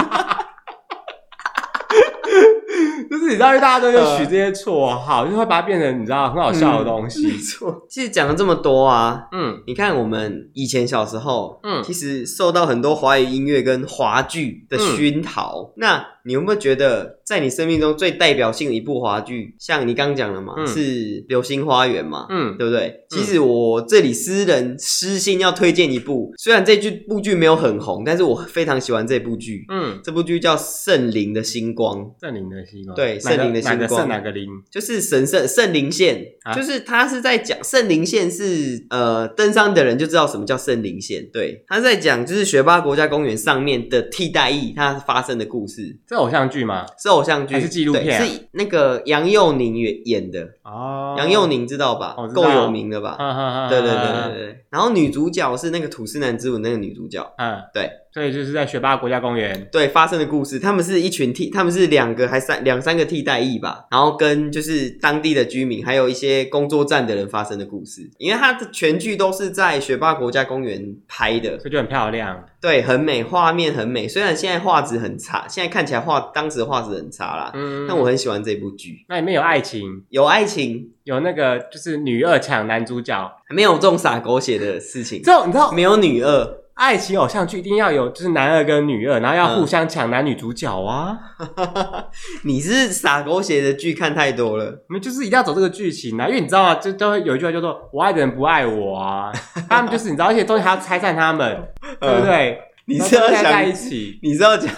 Speaker 2: 就是你知道，大家都会取这些绰号，就会把它变成你知道很好笑的东西。
Speaker 1: 错。其实讲了这么多啊，
Speaker 2: 嗯
Speaker 1: 你看我们以前小时候，
Speaker 2: 嗯
Speaker 1: 其实受到很多华语音乐跟华剧的熏
Speaker 2: 嗯
Speaker 1: 陶。那你有没有觉得，在你生命中最代表性的一部华剧，像你刚刚讲了嘛，
Speaker 2: 嗯
Speaker 1: 是《流星花园》嘛？
Speaker 2: 嗯，
Speaker 1: 对不对？其实我这里私人私心要推荐一部，虽然这剧部剧没有很红，但是我非常喜欢这部剧。
Speaker 2: 嗯，
Speaker 1: 这部剧叫《圣灵的星光》，
Speaker 2: 圣灵的星光，
Speaker 1: 对
Speaker 2: 哪个
Speaker 1: 圣灵的星光
Speaker 2: 哪个圣哪个灵？
Speaker 1: 就是神圣圣灵线，
Speaker 2: 啊
Speaker 1: 就是他是在讲圣灵线是呃登山的人就知道什么叫圣灵线，对，他是在讲就是雪霸国家公园上面的替代役它发生的故事，
Speaker 2: 这偶像剧吗？
Speaker 1: 是偶像剧
Speaker 2: 还是纪录
Speaker 1: 对
Speaker 2: 片啊
Speaker 1: 是那个杨佑宁演演的，
Speaker 2: 哦，
Speaker 1: 杨佑宁知道吧？
Speaker 2: 我知道
Speaker 1: 够有名的吧？
Speaker 2: 哈哈哈，
Speaker 1: 对对对
Speaker 2: 啊
Speaker 1: 对对，对然后女主角是那个吐司男之吻那个女主角，
Speaker 2: 嗯，
Speaker 1: 对，
Speaker 2: 所以就是在学霸国家公园，
Speaker 1: 对发生的故事，他们是一群替，他们是两个还三两三个替代役吧，然后跟就是当地的居民，还有一些工作站的人发生的故事。因为它的全剧都是在雪霸国家公园拍的，
Speaker 2: 所以就很漂亮。
Speaker 1: 对，很美，画面很美。虽然现在画质很差，现在看起来画当时画质很差啦，
Speaker 2: 嗯，
Speaker 1: 但我很喜欢这部剧，
Speaker 2: 那里面有爱情，
Speaker 1: 有爱情，
Speaker 2: 有那个就是女二抢男主角，
Speaker 1: 没有这种洒狗血的事情
Speaker 2: 这，种你知道
Speaker 1: 没有女二。
Speaker 2: 爱情偶像剧一定要有，就是男二跟女二，然后要互相抢男女主角啊！
Speaker 1: 你是洒狗血的剧看太多了，
Speaker 2: 我们就是一定要走这个剧情啊，因为你知道吗？就都会有一句话叫做“我爱的人不爱我”啊，他们就是你知道，而且中间还要拆散他们，对不
Speaker 1: 呃？
Speaker 2: 对？
Speaker 1: 你是要
Speaker 2: 然后大家
Speaker 1: 想
Speaker 2: 在一起？
Speaker 1: 你是要讲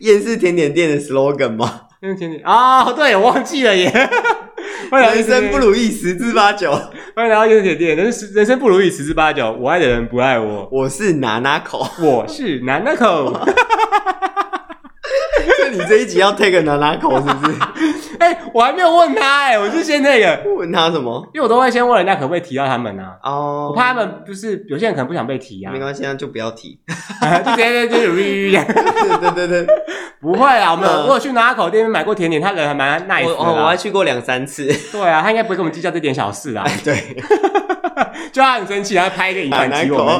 Speaker 1: 厌世甜点店的 slogan 吗？
Speaker 2: 嗯，前女啊，对我忘记了耶。我想
Speaker 1: 人生不，如意十之八九，
Speaker 2: 欢迎来到燕姐姐，人生人生不如意十之八九，我爱的人不爱我，
Speaker 1: 我是拿拿口。
Speaker 2: 我是男的口。
Speaker 1: 所以你这一集要 take 拿拿口是不 是？
Speaker 2: 哎、我还没有问他哎、我就先那个，
Speaker 1: 问他什么？
Speaker 2: 因为我都会先问人家可不可以提到他们啊，
Speaker 1: 哦、
Speaker 2: 我怕他们就是有些人可能不想被提啊
Speaker 1: 没，关系，那就不要提。
Speaker 2: 就直接就 就就
Speaker 1: 对对对对，
Speaker 2: 不会啊，我们
Speaker 1: 嗯
Speaker 2: 我有去拿口店买过甜点，他人还蛮 nice
Speaker 1: 我
Speaker 2: 的
Speaker 1: 哦，我
Speaker 2: 啦
Speaker 1: 还。去过两三 次。
Speaker 2: 对啊，他应该不会跟我们计较这点小 事啊，
Speaker 1: 对，
Speaker 2: 就他很生气，他拍一个影反击我们。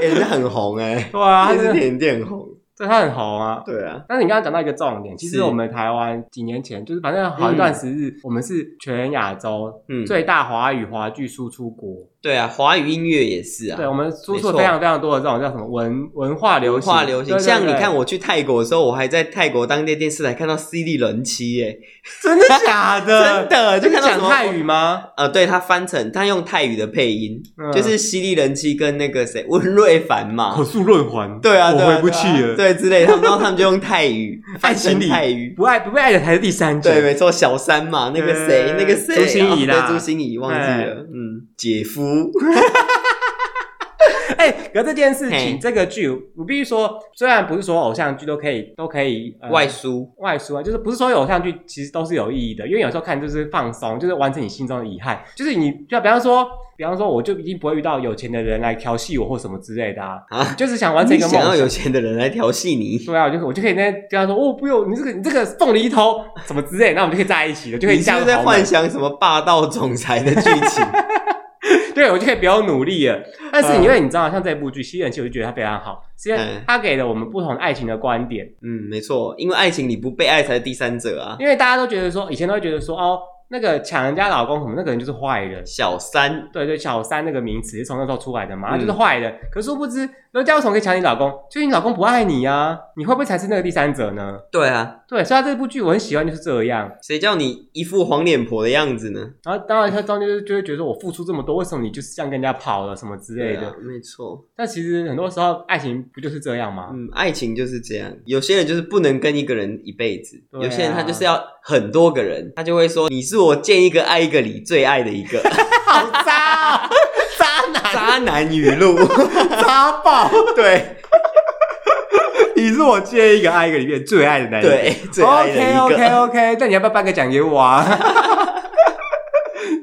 Speaker 1: 哎、人家很红哎、
Speaker 2: 对啊，他
Speaker 1: 欸厌
Speaker 2: 啊
Speaker 1: 世
Speaker 2: 是
Speaker 1: 啊 甜点店很红。
Speaker 2: 这他很红啊。
Speaker 1: 对啊，
Speaker 2: 但是你刚刚讲到一个重点，其实
Speaker 1: 是
Speaker 2: 我们台湾几年前，就是反正好一段时日，我们是全亚洲
Speaker 1: 嗯，
Speaker 2: 最大华语华剧输出国。
Speaker 1: 对啊，华语音乐也是啊，
Speaker 2: 对，我们输
Speaker 1: 没
Speaker 2: 出
Speaker 1: 错
Speaker 2: 了非常非常多的这种叫什么文文化流
Speaker 1: 文
Speaker 2: 行，
Speaker 1: 化流行。
Speaker 2: 对对
Speaker 1: 像你
Speaker 2: 对
Speaker 1: 看，我去泰国的时候，我还在泰国当地电视台看到 CD 人妻耶，
Speaker 2: 真的假的？
Speaker 1: 真的就
Speaker 2: 呃你
Speaker 1: 看到什
Speaker 2: 讲
Speaker 1: 么
Speaker 2: 泰语吗？
Speaker 1: 呃，对他翻成他用泰语的配音，
Speaker 2: 嗯
Speaker 1: 就是犀利人妻跟那个谁温 瑞凡嘛，
Speaker 2: 口述论环，
Speaker 1: 对啊，
Speaker 2: 我
Speaker 1: 对啊
Speaker 2: 回不去了。，
Speaker 1: 对之类，他们然后他们就用泰 语翻成泰语。
Speaker 2: 不爱不被爱的才是第三者。
Speaker 1: 对，没错，小三嘛，那个谁，
Speaker 2: 呃
Speaker 1: 那个谁，
Speaker 2: 朱心怡啦
Speaker 1: 哦对朱心怡忘记了，嗯，姐夫，
Speaker 2: 哎、可是这件事
Speaker 1: 嘿
Speaker 2: 情，这个剧我必须说，虽然不是所有偶像剧都可以都可以、呃、
Speaker 1: 外叔，
Speaker 2: 外输啊，就是不是所有偶像剧其实都是有意义的，因为有时候看就是放松，就是完成你心中的遗憾，就是你就比方说。比方说，我就一定不会遇到有钱的人来调戏我或什么之类的啊，
Speaker 1: 啊
Speaker 2: 就是想完成一个
Speaker 1: 你
Speaker 2: 梦
Speaker 1: 想
Speaker 2: 想
Speaker 1: 要。有钱的人来调戏你，
Speaker 2: 对啊，我就我就可以那跟他说，哦，不用你这个你这个凤梨头什么之类的，那我们就可以在一起了，就可以
Speaker 1: 你是
Speaker 2: 加
Speaker 1: 不是
Speaker 2: 入
Speaker 1: 在
Speaker 2: 豪门
Speaker 1: 幻想什么霸道总裁的剧情？
Speaker 2: 对，我就可以不用努力了。但是
Speaker 1: 嗯
Speaker 2: 因为你知道，像这部剧《吸人气》，我就觉得它非常好，是因为
Speaker 1: 嗯
Speaker 2: 它给了我们不同的爱情的观点。
Speaker 1: 嗯，没错，因为爱情你不被爱才是第三者啊。
Speaker 2: 因为大家都觉得说，以前都会觉得说，哦，那个抢人家老公什么，那个人就是坏人。
Speaker 1: 小三，
Speaker 2: 对对，小三那个名词是从那时候出来的嘛，
Speaker 1: 嗯
Speaker 2: 他就是坏人。可是殊不知，人家为什么可以抢你老公？就是你老公不爱你啊，你会不会才是那个第三者呢？
Speaker 1: 对啊，
Speaker 2: 对，所以他这部剧我很喜欢，就是这样。
Speaker 1: 谁叫你一副黄脸婆的样子呢？
Speaker 2: 然后当然他中间就就会觉得说我付出这么多，为什么你就是这样跟人家跑了什么之类的？
Speaker 1: 啊，没错，
Speaker 2: 但其实很多时候爱情不就是这样吗？
Speaker 1: 嗯，爱情就是这样，有些人就是不能跟一个人一辈子，
Speaker 2: 对啊
Speaker 1: 有些人他就是要很多个人，他就会说你是我见一个爱一个你最爱的一 个，
Speaker 2: 好渣、哦，渣男，
Speaker 1: 渣男语录，
Speaker 2: 渣爆！
Speaker 1: 对
Speaker 2: 你是我见一个爱一个里面最爱的男人。
Speaker 1: 对，最爱的一
Speaker 2: OK
Speaker 1: 个。
Speaker 2: OK OK，那你要不要颁个奖给我啊？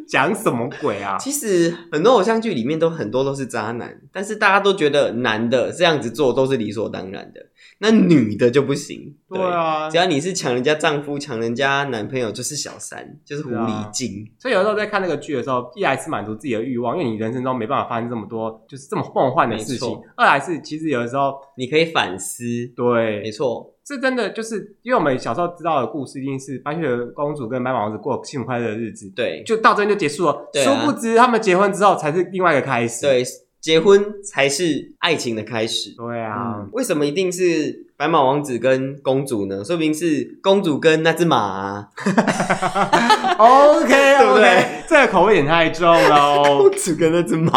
Speaker 2: 讲什么鬼 啊？
Speaker 1: 其实很多偶像剧里面都很多都是渣男，但是大家都觉得男的这样子做都是理所当然的，那女的就不行。
Speaker 2: 对啊
Speaker 1: 只，要你是抢人家丈夫、抢人家男朋友，就是小三，就是狐
Speaker 2: 啊
Speaker 1: 狸精。
Speaker 2: 所以有时候在看那个剧的时候，一来是满足自己的欲望，因为你人生中没办法发生这么多就是这么梦幻的事
Speaker 1: 没
Speaker 2: 情
Speaker 1: 错；
Speaker 2: 二来是其实有的时候，
Speaker 1: 你可以反思，
Speaker 2: 对
Speaker 1: 没，错，
Speaker 2: 这真的就是因为我们小时候知道的故事，一定是白雪公主跟白马王子过幸福快乐的日子，
Speaker 1: 对
Speaker 2: 就到这边就结束了。
Speaker 1: 对
Speaker 2: 殊
Speaker 1: 啊
Speaker 2: 不知他们结婚之后才是另外一个开始。
Speaker 1: 对，结婚才是爱情的开始。
Speaker 2: 对啊，
Speaker 1: 嗯，为什么一定是白马王子跟公主呢？说明是公主跟那只马啊、
Speaker 2: OK，
Speaker 1: 对不
Speaker 2: OK，
Speaker 1: 对
Speaker 2: 这个口味有点太重了哦
Speaker 1: 公。主跟那只马。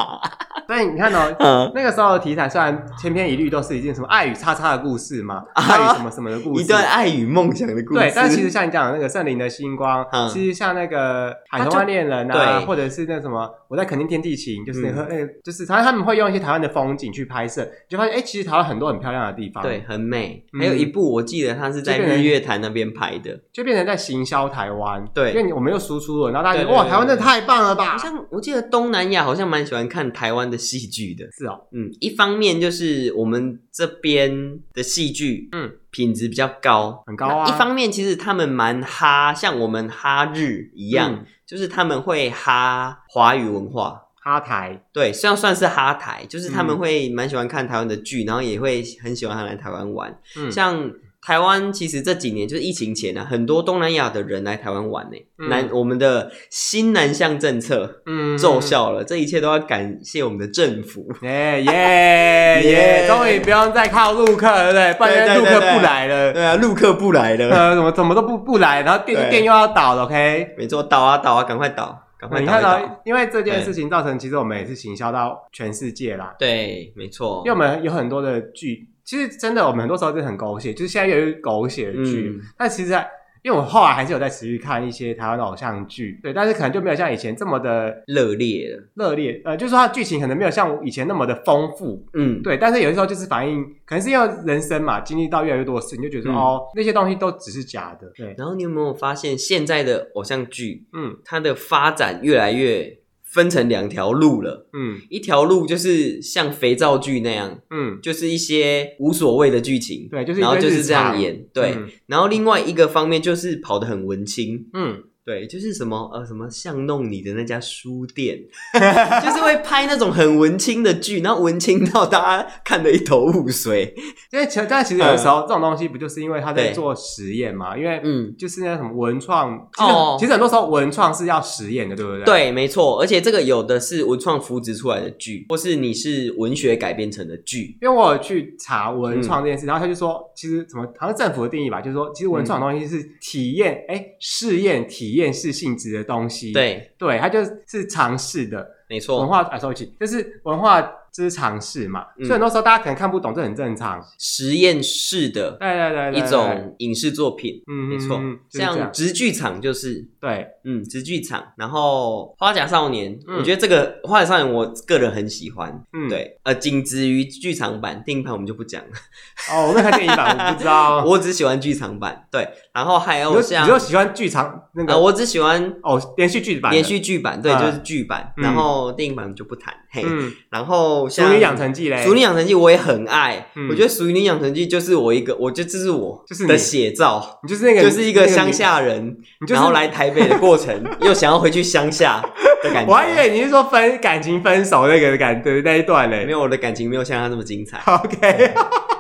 Speaker 2: 所以你看 哦，
Speaker 1: 嗯，
Speaker 2: 那个时候的题材虽然千篇一律都是一件什么爱与叉叉的故事嘛，
Speaker 1: 啊
Speaker 2: 爱与什么什么的故事，
Speaker 1: 一段爱与梦想的故事。
Speaker 2: 对。但其实像你讲的那个《圣灵的星光》
Speaker 1: 嗯
Speaker 2: 其实像那个《海豚湾恋人》
Speaker 1: 它
Speaker 2: 啊，
Speaker 1: 就
Speaker 2: 或者是那什么《我在垦丁天地情》，就是那个、
Speaker 1: 嗯
Speaker 2: 那个就是常常他们会用一些台湾的风景去拍摄，你就发现哎、诶其实台湾很多很漂亮的地方，
Speaker 1: 对，，很美。
Speaker 2: 嗯
Speaker 1: 还有一部我记得它是在
Speaker 2: 这个人
Speaker 1: 日月潭那边拍的，
Speaker 2: 就变成在行销台湾，
Speaker 1: 对
Speaker 2: 因为你我们又输出了，然后大家觉得
Speaker 1: 对对对
Speaker 2: 哇，台湾真的太棒了吧
Speaker 1: 好，像我记得东南亚好像蛮喜欢看台湾的戏剧的。
Speaker 2: 是哦，
Speaker 1: 嗯，一方面就是我们这边的戏剧，
Speaker 2: 嗯，
Speaker 1: 品质比较高，
Speaker 2: 很高啊
Speaker 1: 那一方面其实他们蛮哈，像我们哈日一
Speaker 2: 一
Speaker 1: 样，就是他们会哈华语文化。
Speaker 2: 哈台，
Speaker 1: 对，虽然算是哈台，就是他们
Speaker 2: 嗯
Speaker 1: 会蛮喜欢看台湾的剧，然后也会很喜欢他来台湾玩。
Speaker 2: 嗯
Speaker 1: 像台湾其实这几年就是疫情前啊，很多东南亚的人来台湾玩呢、
Speaker 2: 嗯
Speaker 1: 南我们的新南向政策
Speaker 2: 嗯
Speaker 1: 奏。效了，这一切都要感谢我们的政府。
Speaker 2: 耶哎 耶
Speaker 1: 耶
Speaker 2: 耶！终于不用再靠陆客，对不对？不
Speaker 1: 对
Speaker 2: 然
Speaker 1: 对
Speaker 2: 陆
Speaker 1: 对
Speaker 2: 客不来 了，
Speaker 1: 对啊，陆客不来了。
Speaker 2: 呃，怎么怎么都不不来，然后
Speaker 1: 对
Speaker 2: 店店又要倒了，OK？
Speaker 1: 没错，倒啊倒啊，赶快倒，赶快
Speaker 2: 你
Speaker 1: 倒
Speaker 2: 看啊
Speaker 1: 一倒。
Speaker 2: 到，因为这件事情造成，其实我们也是行销到全世界啦，
Speaker 1: 对，没错
Speaker 2: 因为。我们有很多的剧，其实真的我们很多时候真的很狗血，就是现在有一狗血的剧
Speaker 1: 嗯，
Speaker 2: 但其实还。因为我后来还是有在持续看一些台湾的偶像剧，对，但是可能就没有像以前这么的
Speaker 1: 热烈了，
Speaker 2: 热烈，呃，就是说它的剧情可能没有像以前那么的丰富，
Speaker 1: 嗯，
Speaker 2: 对，但是有的时候就是反应，可能是因为人生嘛，经历到越来越多的事，你就觉得说、
Speaker 1: 嗯
Speaker 2: 哦，那些东西都只是假的。对，
Speaker 1: 然后你有没有发现，现在的偶像剧
Speaker 2: 嗯
Speaker 1: 它的发展越来越分成两条路了？
Speaker 2: 嗯
Speaker 1: 一条路就是像肥皂剧那样，
Speaker 2: 嗯，
Speaker 1: 就是一些无所谓的剧情，
Speaker 2: 对就是一
Speaker 1: 然后
Speaker 2: 堆
Speaker 1: 就
Speaker 2: 日
Speaker 1: 是这样
Speaker 2: 常
Speaker 1: 演，对。
Speaker 2: 嗯
Speaker 1: 然后另外一个方面就是跑得很文青，
Speaker 2: 嗯，
Speaker 1: 对，就是什么呃什么巷弄里的那家书店， 就是会拍那种很文青的剧，然后文青到大家看得一头雾水。
Speaker 2: 因为其实，但其实有的时候这种东西不就是因为他
Speaker 1: 嗯
Speaker 2: 在
Speaker 1: 对
Speaker 2: 做实验嘛？因为
Speaker 1: 嗯，
Speaker 2: 就是那什么文创，其实、
Speaker 1: 哦
Speaker 2: 其实很多时候文创是要实验的，对不对？，
Speaker 1: 对，没错，而且这个有的是文创扶植出来的剧，或是你是文学改编成的剧。
Speaker 2: 因为我有去查
Speaker 1: 嗯
Speaker 2: 文创这件事，然后他就说，其实什么好像政府的定义吧，就是说，其实文创的东西是体验，哎、试验、体验式性质的东西。，
Speaker 1: 对，
Speaker 2: 对，它就是尝试的
Speaker 1: 没
Speaker 2: 文
Speaker 1: 错，
Speaker 2: 化啊，sorry，就是文化就是尝试嘛，
Speaker 1: 嗯
Speaker 2: 所以很多时候大家可能看不懂，这很正常。
Speaker 1: 实验室的
Speaker 2: 对对对对
Speaker 1: 一
Speaker 2: 对
Speaker 1: 种影视作品，
Speaker 2: 嗯，
Speaker 1: 没错
Speaker 2: 嗯嗯就是这
Speaker 1: 像
Speaker 2: 样
Speaker 1: 直剧场就是。
Speaker 2: 对，
Speaker 1: 嗯，直剧场，然后《花甲少年》
Speaker 2: 嗯
Speaker 1: 我觉得这个《花甲少年》我个人很喜欢，
Speaker 2: 嗯，
Speaker 1: 对，呃，仅止于剧场版，电影版我们就不讲了。
Speaker 2: 哦，我没有看电影版，我不知 道。
Speaker 1: 我只喜欢剧场版，对，然后还有
Speaker 2: 哦你就
Speaker 1: 像
Speaker 2: 你就喜欢剧场那
Speaker 1: 呃，
Speaker 2: 个
Speaker 1: 我只喜欢
Speaker 2: 哦连续剧版的，
Speaker 1: 连续剧版，对，
Speaker 2: 嗯
Speaker 1: 就是剧版，
Speaker 2: 嗯
Speaker 1: 然后电影版就不谈，嘿，
Speaker 2: 嗯，
Speaker 1: 然后
Speaker 2: 《
Speaker 1: 像
Speaker 2: 熟女养成记》嘞，
Speaker 1: 熟女养成记》我也很爱，
Speaker 2: 嗯
Speaker 1: 我觉得《熟女养成记》就是我一个，我觉得这是我
Speaker 2: 就是你
Speaker 1: 的写照。
Speaker 2: 你就是那个
Speaker 1: 就是一个乡，
Speaker 2: 那
Speaker 1: 下人，
Speaker 2: 你就是
Speaker 1: 然后来台北的过 程，又想要回去乡下的感
Speaker 2: 女
Speaker 1: 觉。
Speaker 2: 我还以为你是说分感情分手那个感的那一段嘞，
Speaker 1: 没
Speaker 2: 有
Speaker 1: 有我的感情没有像他这么精彩。
Speaker 2: ，OK，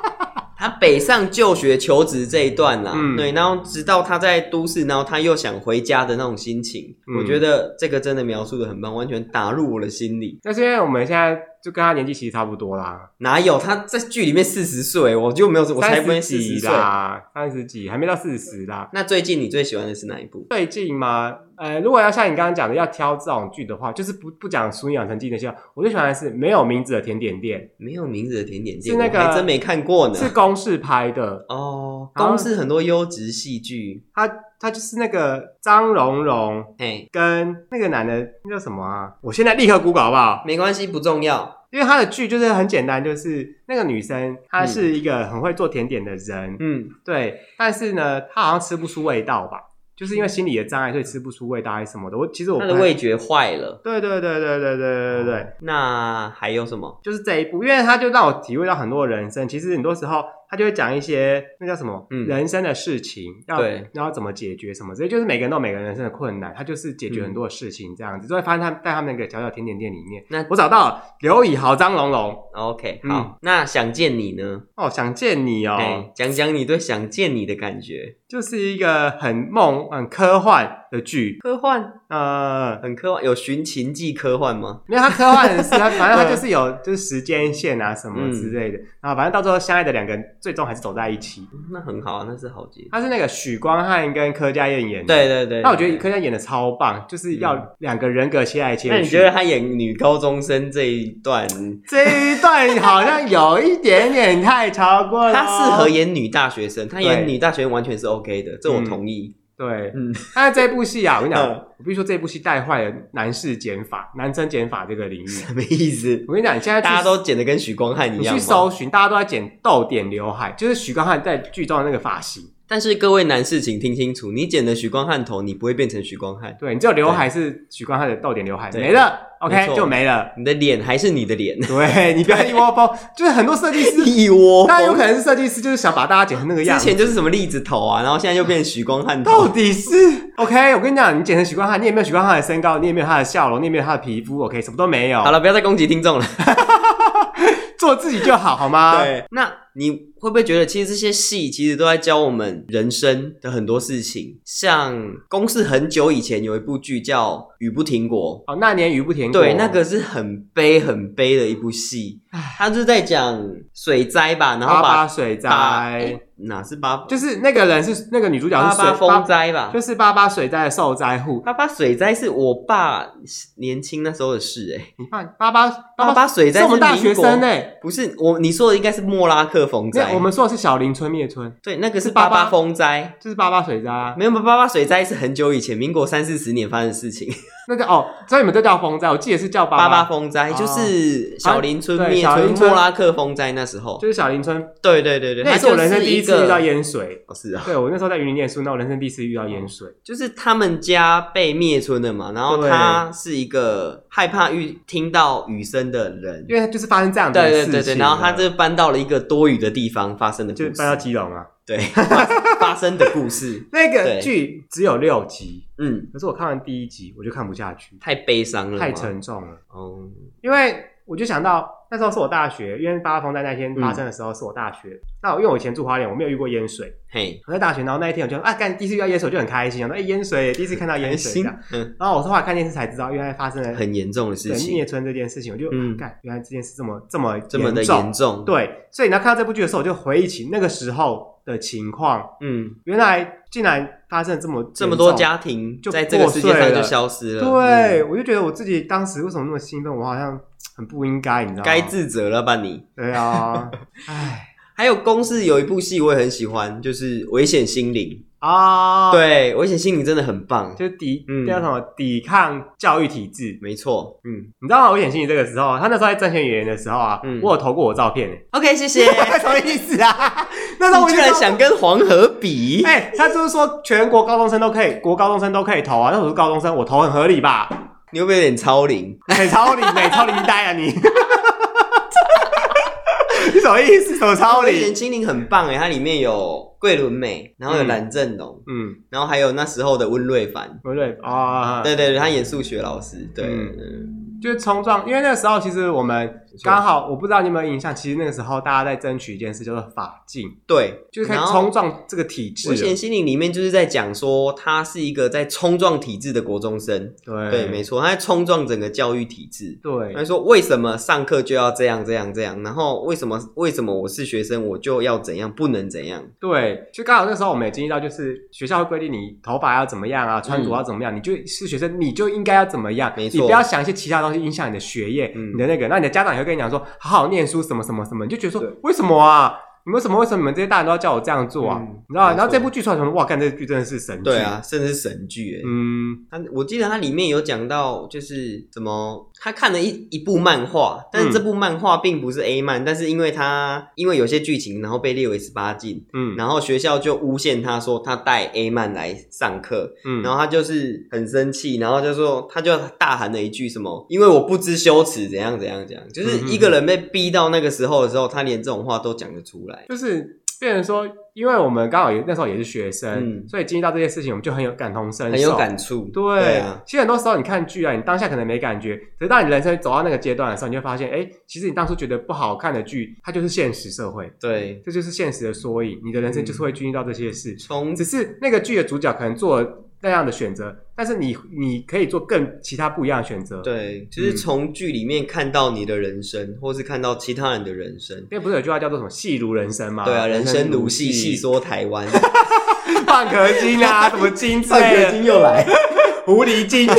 Speaker 1: 他北上就学求职这一段啦、
Speaker 2: 嗯
Speaker 1: 对，然后直到他在都市，然后他又想回家的那种心情，
Speaker 2: 嗯
Speaker 1: 我觉得这个真的描述的很棒，完全打入我的心里。
Speaker 2: 那是因为我们现在就跟他年纪其实差不多啦，
Speaker 1: 哪有他在剧里面四十岁，我就没有，我才不会
Speaker 2: 三
Speaker 1: 四
Speaker 2: 十
Speaker 1: 十
Speaker 2: 几
Speaker 1: 岁。
Speaker 2: 啦，三十几还没到四十啦。
Speaker 1: 那最近你最喜欢的是哪一部？
Speaker 2: 最近嘛，呃，如果要像你刚刚讲的要挑这种剧的话，就是不不讲《熟女养成记》那些，我最喜欢的是没有名字的甜点店，
Speaker 1: 没有名字的甜点店，
Speaker 2: 是那个
Speaker 1: 我还真没看过呢。
Speaker 2: 是公式拍的，
Speaker 1: 哦，
Speaker 2: 然后
Speaker 1: 公司很多优质戏剧，
Speaker 2: 他他就是那个张荣荣，
Speaker 1: 哎，
Speaker 2: 跟那个男的那叫什么啊？我现在立刻 Google 好不好？
Speaker 1: 没关系，不重要。
Speaker 2: 因为他的剧就是很简单，就是那个女生她是一个很会做甜点的人，
Speaker 1: 嗯，
Speaker 2: 对，但是呢，她好像吃不出味道吧，就是因为心理的障碍，所以吃不出味道还是什么的。我其实我
Speaker 1: 他
Speaker 2: 不
Speaker 1: 的
Speaker 2: 太
Speaker 1: 味觉坏了。
Speaker 2: 对对对对对对对对对，
Speaker 1: 那还有什么？
Speaker 2: 就是这一部，因为他就让我体会到很多人生。其实很多时候他就会讲一些那叫什么、
Speaker 1: 嗯
Speaker 2: 人生的事情，要
Speaker 1: 对
Speaker 2: 然后怎么解决什么之类，就是每个人都有每个人生的困难，他就是解决
Speaker 1: 嗯
Speaker 2: 很多事情这样子。就会发现他们在他们那个小小甜点店里面，
Speaker 1: 那
Speaker 2: 我找到了刘以豪、张龙龙
Speaker 1: OK，
Speaker 2: 嗯
Speaker 1: 好，那想见你呢？
Speaker 2: 哦，想见你哦，
Speaker 1: 哎，讲讲你对《想见你》的感觉，
Speaker 2: 就是一个很梦、很科幻的剧。
Speaker 1: 科幻
Speaker 2: 呃，
Speaker 1: 很科幻，有寻情记科幻吗？
Speaker 2: 因为它科幻的是它，反正它就是有就是时间线啊什
Speaker 1: 嗯
Speaker 2: 么之类的，然后反正到最后相爱的两个人最终还是走在一起。
Speaker 1: 嗯那很好啊，那是好结局。
Speaker 2: 他是那个许光汉跟柯佳燕演的。
Speaker 1: 对对对，
Speaker 2: 那我觉得柯佳燕演的超棒，就是要两个人格切来切去。
Speaker 1: 那你觉得他演女高中生这一段，
Speaker 2: 这一段好像有一点点太超过了？
Speaker 1: 他适合。演女大学生，他演
Speaker 2: 对
Speaker 1: 女大学生完全是 OK 的，这我
Speaker 2: 嗯
Speaker 1: 同意。
Speaker 2: 对，
Speaker 1: 嗯，
Speaker 2: 但是这部戏啊，我跟你讲，
Speaker 1: 嗯
Speaker 2: 我必须说这部戏带坏了男士减法、男生减法这个领域。
Speaker 1: 什么意思？
Speaker 2: 我跟你讲，你现在去
Speaker 1: 大家都剪得跟许光汉一
Speaker 2: 你
Speaker 1: 样
Speaker 2: 去
Speaker 1: 吗
Speaker 2: 搜寻，大家都在剪逗点刘海，就是许光汉在剧中的那个发型。
Speaker 1: 但是各位男士，请听清楚，你剪了许光汉头，你不会变成许光汉，
Speaker 2: 对，你只有刘海是许光汉的逗点刘海，
Speaker 1: 对
Speaker 2: 没了
Speaker 1: 没
Speaker 2: ，OK
Speaker 1: 错
Speaker 2: 就没了。，
Speaker 1: 你的脸还是你的脸
Speaker 2: 对你不要一窝蜂，就是很多设计师
Speaker 1: 一窝
Speaker 2: 那有可
Speaker 1: 蜂。
Speaker 2: 能是设计师就是想把大家剪成那个样
Speaker 1: 之
Speaker 2: 子。
Speaker 1: 前就是什么栗子头啊，然后现在又变许光汉
Speaker 2: 到
Speaker 1: 头，
Speaker 2: 底是 OK？我跟你讲，你剪成许光汉，你也没有许光汉的身高，你也没有他的笑容，你也没有他的皮肤，OK，什么都没有。
Speaker 1: 好，了，不要再攻击听众了。
Speaker 2: 做自己就好，好吗？，
Speaker 1: 对，那你会不会觉得，其实这些戏其实都在教我们人生的很多事情？像公司很久以前有一部剧叫《雨不停国
Speaker 2: 哦，那年雨不甜》，果，
Speaker 1: 对，那个是很悲很悲的一部戏，它就是在讲水灾吧，然后
Speaker 2: 八八
Speaker 1: 把
Speaker 2: 水
Speaker 1: 把
Speaker 2: 灾，
Speaker 1: 哪是八
Speaker 2: 就是那个人是那个女主角
Speaker 1: 八
Speaker 2: 是水
Speaker 1: 八风，灾吧
Speaker 2: 八？就是八八水灾的受灾户。
Speaker 1: 八八水灾是我爸年轻那时候的事、欸，哎，
Speaker 2: 你看八八
Speaker 1: 八八水灾
Speaker 2: 是我们大
Speaker 1: 民
Speaker 2: 学
Speaker 1: 国
Speaker 2: 生哎，
Speaker 1: 不是我你说的应该是莫拉克风
Speaker 2: 那
Speaker 1: 灾，
Speaker 2: 我们说的是小林村灭村，
Speaker 1: 对那个是
Speaker 2: 是八
Speaker 1: 八
Speaker 2: 八
Speaker 1: 八风灾。
Speaker 2: 就是八八水灾啊。
Speaker 1: 没有，八八水灾是很久以前，民国三四十年发生的事情。
Speaker 2: 那叫哦，所以你们都叫风灾，我记得是叫
Speaker 1: 八
Speaker 2: 八
Speaker 1: 八
Speaker 2: 八，
Speaker 1: 风灾就是小林村
Speaker 2: 啊对
Speaker 1: 灭
Speaker 2: 小
Speaker 1: 村、
Speaker 2: 林村
Speaker 1: 莫拉克风灾那时候。
Speaker 2: 就是小林村，
Speaker 1: 对对对对，
Speaker 2: 那也
Speaker 1: 它
Speaker 2: 是
Speaker 1: 就
Speaker 2: 我人生第
Speaker 1: 一
Speaker 2: 一次遇到
Speaker 1: 个。
Speaker 2: 淹水。
Speaker 1: 哦，是啊，
Speaker 2: 对我那时候在云林念书，那我人生第一次遇到淹水。
Speaker 1: 就是他们家被灭村了嘛，然后
Speaker 2: 对
Speaker 1: 他是一个害怕遇听到雨声的人，
Speaker 2: 因为它就是发生这样的
Speaker 1: 对对
Speaker 2: 事情，
Speaker 1: 对对，然后他
Speaker 2: 就
Speaker 1: 就搬到了一个多雨的地方发生的故
Speaker 2: 就
Speaker 1: 事
Speaker 2: 搬。到基隆啊，
Speaker 1: 对 发发生的故事，
Speaker 2: 那个
Speaker 1: 对
Speaker 2: 剧只有六集，
Speaker 1: 嗯，
Speaker 2: 可是我看完第一集我就看不下去，
Speaker 1: 太悲伤了吗，
Speaker 2: 太沉重了。
Speaker 1: 哦，
Speaker 2: 因为我就想到那时候是我大学，因为八八风灾那天发生的时候是我大学。那我因为我以前住花莲，我没有遇过淹水。
Speaker 1: 嘿，
Speaker 2: 我在大学，然后那一天我就啊，干第一次遇到淹水，我就很开心，想说哎、淹水，第一次看到淹
Speaker 1: 开
Speaker 2: 水
Speaker 1: 心
Speaker 2: 这样。，
Speaker 1: 嗯，
Speaker 2: 然后我是后来看电视才知道，原来发生了
Speaker 1: 很严重的事
Speaker 2: 对
Speaker 1: 情
Speaker 2: 灭，村这件事情，我就
Speaker 1: 嗯
Speaker 2: 嗯，干、原来这件事这么这么
Speaker 1: 这么的
Speaker 2: 重
Speaker 1: 严重，，
Speaker 2: 对，所以你要看到这部剧的时候，我就回忆起那个时候的情况，
Speaker 1: 嗯，
Speaker 2: 原来竟然发生这么
Speaker 1: 这么多
Speaker 2: 严重
Speaker 1: 家庭
Speaker 2: 就
Speaker 1: 在这个世界上
Speaker 2: 破碎
Speaker 1: 就
Speaker 2: 了
Speaker 1: 消失了，
Speaker 2: 对，
Speaker 1: 嗯，
Speaker 2: 我就觉得我自己当时为什么那么兴奋，我好像很不应该，你知道吗？
Speaker 1: 该自责了吧你？
Speaker 2: 对 啊，唉
Speaker 1: 还有公视有一部戏我也很喜欢，就是《危险心灵》，
Speaker 2: 啊，，
Speaker 1: 对，《危险心灵》真的很棒，
Speaker 2: 就是抵
Speaker 1: 嗯
Speaker 2: 叫什么抵抗教育体制。
Speaker 1: 没错，
Speaker 2: 嗯，你知道吗？我演戏这个时候，他那时候在甄选演员的时候啊，
Speaker 1: 嗯
Speaker 2: 我有投过我照片诶，
Speaker 1: OK，谢谢。你
Speaker 2: 什么意思啊？ 那时候我
Speaker 1: 居
Speaker 2: 就知
Speaker 1: 然
Speaker 2: 道
Speaker 1: 想跟黄河比？
Speaker 2: 哎、他就是说全国高中生都可以，国高中生都可以投啊。那我是高中生，我投很合理吧？
Speaker 1: 你会不会有点超龄？
Speaker 2: 美超龄，美超龄呆啊你！ 你什么意思？什么超
Speaker 1: 危险
Speaker 2: 龄？
Speaker 1: 心灵很棒哎，它里面有桂纶镁，然后有
Speaker 2: 嗯
Speaker 1: 蓝正龙，
Speaker 2: 嗯，
Speaker 1: 然后还有那时候的温瑞凡。
Speaker 2: 不对啊，
Speaker 1: 对对对，他演数学老师。对，
Speaker 2: 嗯
Speaker 1: 嗯
Speaker 2: 就是冲撞，因为那个时候其实我们
Speaker 1: 错
Speaker 2: 刚好，我不知道你有没有印象，其实那个时候大家在争取一件事，叫做法禁，
Speaker 1: 对，
Speaker 2: 就是开
Speaker 1: 然
Speaker 2: 始
Speaker 1: 后
Speaker 2: 冲撞这个体制
Speaker 1: 危险
Speaker 2: 了。
Speaker 1: 心灵里面就是在讲说，他是一个在冲撞体制的国中生。
Speaker 2: 对
Speaker 1: 对，没错，他在冲撞整个教育体制。他
Speaker 2: 对
Speaker 1: 说：“为什么上课就要这样这样这样？然后为什么为什么我是学生我就要怎样，不能怎样？
Speaker 2: 对，就刚好那时候我们也经历到，就是学校会规定你头发要怎么样啊，穿着要怎么样，你就是学生你就应该要怎么样，
Speaker 1: 嗯没错
Speaker 2: 你不要想一些其他东西影响你的学业，
Speaker 1: 嗯
Speaker 2: 你的那个，那你的家长也会跟你讲说好好念书什么什么什么，你就觉得
Speaker 1: 对
Speaker 2: 说为什么啊？你们为什么为什么你们这些大人都要叫我这样做啊？
Speaker 1: 嗯
Speaker 2: 你知
Speaker 1: 没
Speaker 2: 道吗？
Speaker 1: 错
Speaker 2: 然后这部剧出来，我想说哇，干这部剧真的是神剧，
Speaker 1: 对啊，，甚至是神剧、欸。
Speaker 2: 嗯，
Speaker 1: 他我记得它里面有讲到，就是怎么他看了一一部漫画，
Speaker 2: 嗯
Speaker 1: 但是这部漫画并不是 A 漫，但是因为他因为有些剧情，然后被列为十八禁，
Speaker 2: 嗯
Speaker 1: 然后学校就诬陷他说他带 A 漫来上课，
Speaker 2: 嗯
Speaker 1: 然后他就是很生气，然后就说他就大喊了一句什么，因为我不知羞耻，怎样怎样怎样，就是一个人被逼到那个时候的时候，他连这种话都讲得出来，
Speaker 2: 就是变成说，因为我们刚好也那时候也是学生，
Speaker 1: 嗯
Speaker 2: 所以经历到这些事情，我们就很有感同身受，
Speaker 1: 很有。感触，
Speaker 2: 对，
Speaker 1: 啊，
Speaker 2: 其实很多时候你看剧啊，你当下可能没感觉，可是当你人生走到那个阶段的时候，你就会发现，哎，其实你当初觉得不好看的剧，它就是现实社会，
Speaker 1: 对，
Speaker 2: 这就是现实的缩影。你的人
Speaker 1: 嗯
Speaker 2: 生就是会经历到这些事，
Speaker 1: 从
Speaker 2: 只是那个剧的主角可能做了那样的选择，但是你你可以做更其他不一样的选择。，
Speaker 1: 对，就是
Speaker 2: 嗯
Speaker 1: 从剧里面看到你的人生，或是看到其他人的人生。
Speaker 2: 因为不是有句话叫做什么“戏如人生”吗？
Speaker 1: 对啊，人生如戏，戏 说台湾。范
Speaker 2: 放壳金啊，什么金之类
Speaker 1: 可
Speaker 2: 的，
Speaker 1: 金又来。
Speaker 2: 狐狸 精。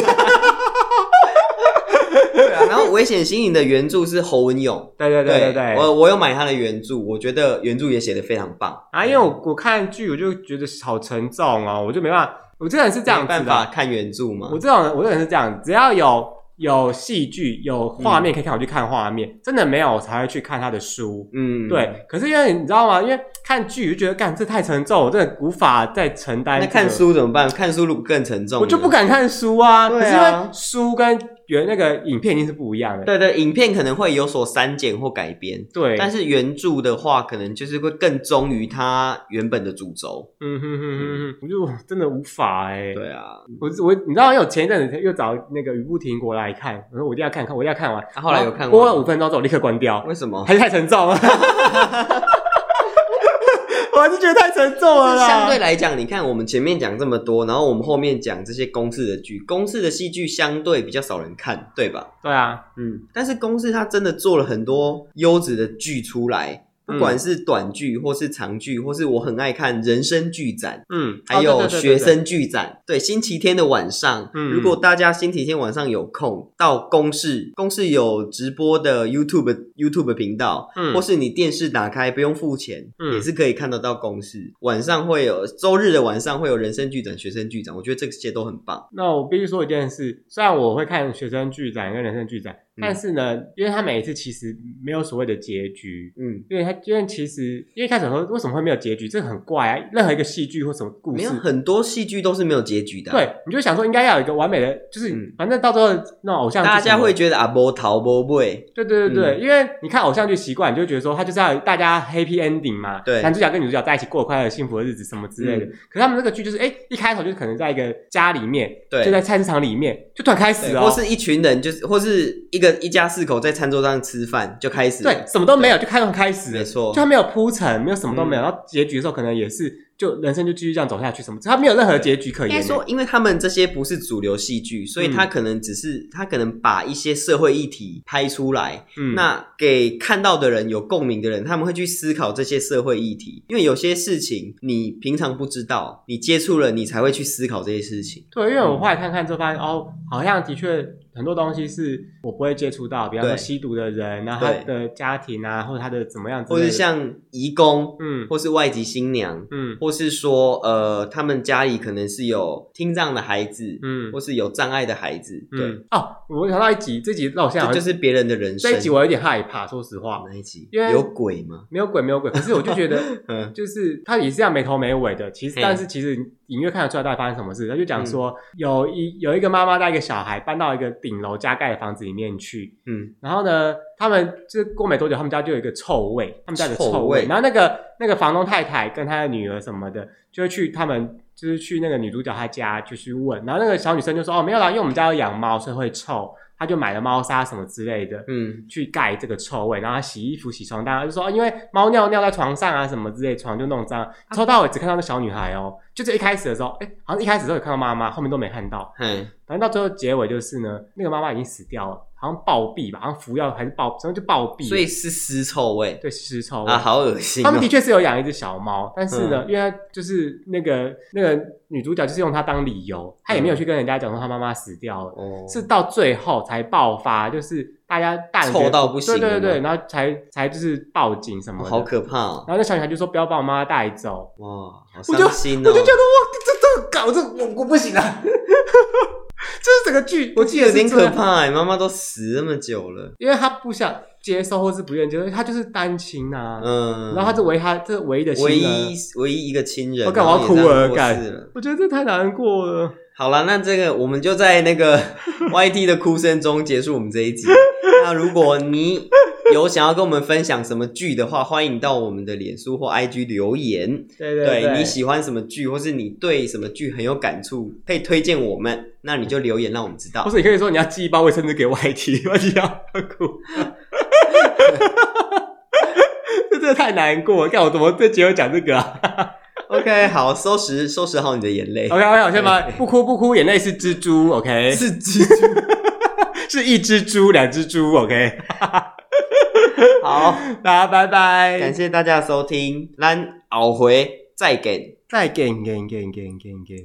Speaker 1: 对啊，然后《危险心灵》的原著是侯文勇。
Speaker 2: 对对对对对，
Speaker 1: 我我有买他的原著，我觉得原著也写的非常棒
Speaker 2: 啊，因为我我看剧我就觉得好沉重哦，我就没办法，我这个人是这样
Speaker 1: 没
Speaker 2: 子
Speaker 1: 办法
Speaker 2: 的，
Speaker 1: 看原著嘛
Speaker 2: 我。这种人我这个人是这样，只要有有戏剧有画面可以看，我就看画面，真的没有我才会去看他的书。
Speaker 1: 嗯，，
Speaker 2: 对，可是因为你知道吗？因为看剧就觉得，干这太沉重，我真的无法再承担。
Speaker 1: 那看，书怎么办？看书如果更沉重，
Speaker 2: 我就不。敢看书啊。
Speaker 1: 对啊
Speaker 2: 可是因为书跟原那个影片一定是不一样的。
Speaker 1: 对对，影片可能会有所删减或改编，
Speaker 2: 对，
Speaker 1: 但是原著的话，可能就是会更忠于它原本的主轴。
Speaker 2: 嗯哼哼哼哼，我就我真的无法哎、
Speaker 1: 对啊，
Speaker 2: 我我你知道，因为我前一阵子又找那个雨不停国来看，我说我一定要看看，我一定要看完。
Speaker 1: 啊后来有看完
Speaker 2: 播了五分钟之后，我立刻关掉，
Speaker 1: 为什么？
Speaker 2: 还是太沉重了。 我还是觉得太沉重了啦。
Speaker 1: 相对来讲，你看我们前面讲这么多，然后我们后面讲这些公式的剧，公式的戏剧相对比较少人看，对吧？
Speaker 2: 对啊，
Speaker 1: 嗯，但是公式它真的做了很多优质的剧出来，不
Speaker 2: 嗯
Speaker 1: 管是短剧或是长剧，或是我很爱看人生剧展。
Speaker 2: 嗯，
Speaker 1: 还有
Speaker 2: 哦对对对
Speaker 1: 学
Speaker 2: 对对
Speaker 1: 生剧展，对星期天的晚上，
Speaker 2: 嗯
Speaker 1: 如果大家星期天晚上有空，到公视，公视有直播的 YouTube YouTube 频道，
Speaker 2: 嗯
Speaker 1: 或是你电视打开不用付钱，
Speaker 2: 嗯
Speaker 1: 也是可以看得到公式。晚上会有周日的晚上会有人生剧展、学生剧展，我觉得这些都很棒。
Speaker 2: 那我必须说一件事，虽然我会看学生剧展跟人生剧展，
Speaker 1: 嗯
Speaker 2: 但是呢，因为他每一次其实没有所谓的结局，
Speaker 1: 嗯，
Speaker 2: 因为他因为其实因为一开始说为什么会没有结局，这很怪啊！任何一个戏剧或什么故
Speaker 1: 没
Speaker 2: 事
Speaker 1: 有，啊很多戏剧都是没有结局的、，啊
Speaker 2: 对，你就想说应该要有一个完美的，就是、
Speaker 1: 嗯
Speaker 2: 反正到最后那种偶像剧嗯
Speaker 1: 大
Speaker 2: 什
Speaker 1: 家
Speaker 2: 么
Speaker 1: 会觉嗯得啊，波逃波背，
Speaker 2: 对对对对，因为你看偶像剧习惯，你就觉得说他就是要大家 happy ending 嘛，
Speaker 1: 对
Speaker 2: 男主角跟女主角在一起过快乐幸福的日子什么之类的。
Speaker 1: 嗯
Speaker 2: 可是他们这个剧就是，哎，一开头就是可能在一个家里面，
Speaker 1: 对
Speaker 2: 就在菜市场里面，就突然开始
Speaker 1: 对
Speaker 2: 哦，
Speaker 1: 或是一群人就是或是一个一家四口在餐桌上吃饭就开始了，
Speaker 2: 对，什么都没有，就开始开始了，
Speaker 1: 没错嗯
Speaker 2: 就他没有铺陈，没有什么都没有，然后结局的时候可能也是就人生就继续这样走下去，什么他没有任何结局可
Speaker 1: 应
Speaker 2: 言欸
Speaker 1: 该。说，因为他们这些不是主流戏剧，
Speaker 2: 嗯
Speaker 1: 所以他可能只是、他可能把一些社会议题拍出来，
Speaker 2: 嗯
Speaker 1: 那给看到的人有共鸣的人，他们会去思考这些社会议题。因为有些事情你平常不知道，你接触了，你才会去思考这些事情。
Speaker 2: 对，因为我后来看看之后发现，哦，好像的确很多东西是我不会接触到，比方说
Speaker 1: 对
Speaker 2: 吸毒的人啊，他
Speaker 1: 对
Speaker 2: 的家庭啊，或者他的怎么样之
Speaker 1: 或
Speaker 2: 类的，
Speaker 1: 是像移工，
Speaker 2: 嗯
Speaker 1: 或是外籍新娘，
Speaker 2: 嗯
Speaker 1: 或是说呃，他们家里可能是有听障的孩子，
Speaker 2: 嗯
Speaker 1: 或是有障碍的孩子，对，
Speaker 2: 嗯哦，我想到一集，这集让我现在
Speaker 1: 这就是别人的人生。
Speaker 2: 这一集我有点害怕，说实话，
Speaker 1: 哪一集？
Speaker 2: 因为
Speaker 1: 有鬼吗？
Speaker 2: 没有鬼没有鬼，可是我就觉 得
Speaker 1: 嗯
Speaker 2: 就是他也是这样没头没尾的，其实
Speaker 1: 嘿嗯
Speaker 2: 但是其实隐约看得出来到底发生什么事。他就讲说、有一有一个妈妈带一个小孩搬到一个顶楼加盖的房子里面去，
Speaker 1: 嗯，
Speaker 2: 然后呢，他们就是过没多久，他们家就有一个臭味，他们家有个
Speaker 1: 臭
Speaker 2: 臭味，
Speaker 1: 味
Speaker 2: 然后那个那个房东太太跟她的女儿什么的，就会去他们。就是去那个女主角她家，就去问，然后那个小女生就说：“哦，没有啦，因为我们家有养猫，所以会臭。”她就买了猫砂什么之类的。
Speaker 1: 嗯。
Speaker 2: 去盖这个臭味，然后他洗衣服、洗床单，他就说、哦因为猫尿尿在床上啊什么之类，床就弄
Speaker 1: 啊
Speaker 2: 脏。抽到尾只看到那小女孩哦，就这一开始的时候，哎，好像一开始的时候有看到妈妈，后面都没看到。
Speaker 1: 嗯，
Speaker 2: 反正到最后结尾就是呢，那个妈妈已经死掉了，好像暴毙吧，好像服药还是暴，反正就暴毙了。
Speaker 1: 所以是尸臭味
Speaker 2: 对尸臭味
Speaker 1: 啊，好嗯恶心、哦。
Speaker 2: 他们的确是有养一只小猫，但是呢，因为他就是那个那个女主角就是用它当理由，她也
Speaker 1: 嗯
Speaker 2: 没有去跟人家讲说她妈妈死掉了。
Speaker 1: 哦
Speaker 2: 是到最后才爆发，就是大家大人觉得
Speaker 1: 臭到不行
Speaker 2: 对对对，
Speaker 1: 了
Speaker 2: 然后才才就是报警什么的，
Speaker 1: 好可怕哦，
Speaker 2: 然后那小女孩就说不要把我妈妈带走，
Speaker 1: 哇，好
Speaker 2: 我就
Speaker 1: 伤心哦。
Speaker 2: 我就觉得哇，这这搞这我我不行 了，就是整个剧我记
Speaker 1: 有
Speaker 2: 得是
Speaker 1: 点
Speaker 2: 这
Speaker 1: 可
Speaker 2: 样，
Speaker 1: 怕哎，妈妈都死那么久了，
Speaker 2: 因为她不想接受或是不愿意接受，她就是单亲呐、
Speaker 1: 嗯，
Speaker 2: 然后她这唯一她这唯一的亲
Speaker 1: 唯
Speaker 2: 人
Speaker 1: 一唯一一个亲人，
Speaker 2: 我干嘛
Speaker 1: 然
Speaker 2: 要
Speaker 1: 后
Speaker 2: 哭
Speaker 1: 也这样
Speaker 2: 了？
Speaker 1: 过
Speaker 2: 干
Speaker 1: 世了。，
Speaker 2: 我觉得这太难过了。
Speaker 1: 好了，那这个我们就在那个 YT 的哭声中结束我们这一集。那如果你有想要跟我们分享什么剧的话，欢迎到我们的脸书或 IG 留言。
Speaker 2: 对
Speaker 1: 对
Speaker 2: 对
Speaker 1: 你喜欢什么剧，或是你对什么剧很有感触，可以推荐我们，那你就留言让我们知
Speaker 2: 或
Speaker 1: 道。
Speaker 2: 是你可以说你要寄一包卫生纸给 YT，我 t 要哭。 这真的太难过了，看我怎么这结尾讲这个啊
Speaker 1: OK，好，收拾收拾好你的眼泪。
Speaker 2: ？OK OK，我先把不哭不哭，眼泪是蜘蛛，OK，
Speaker 1: 是蜘蛛。
Speaker 2: 是一只猪，两只猪，OK，
Speaker 1: 好，
Speaker 2: 大家拜拜，
Speaker 1: 感谢大家的收听，咱后回再见。
Speaker 2: 再见，见见见见见。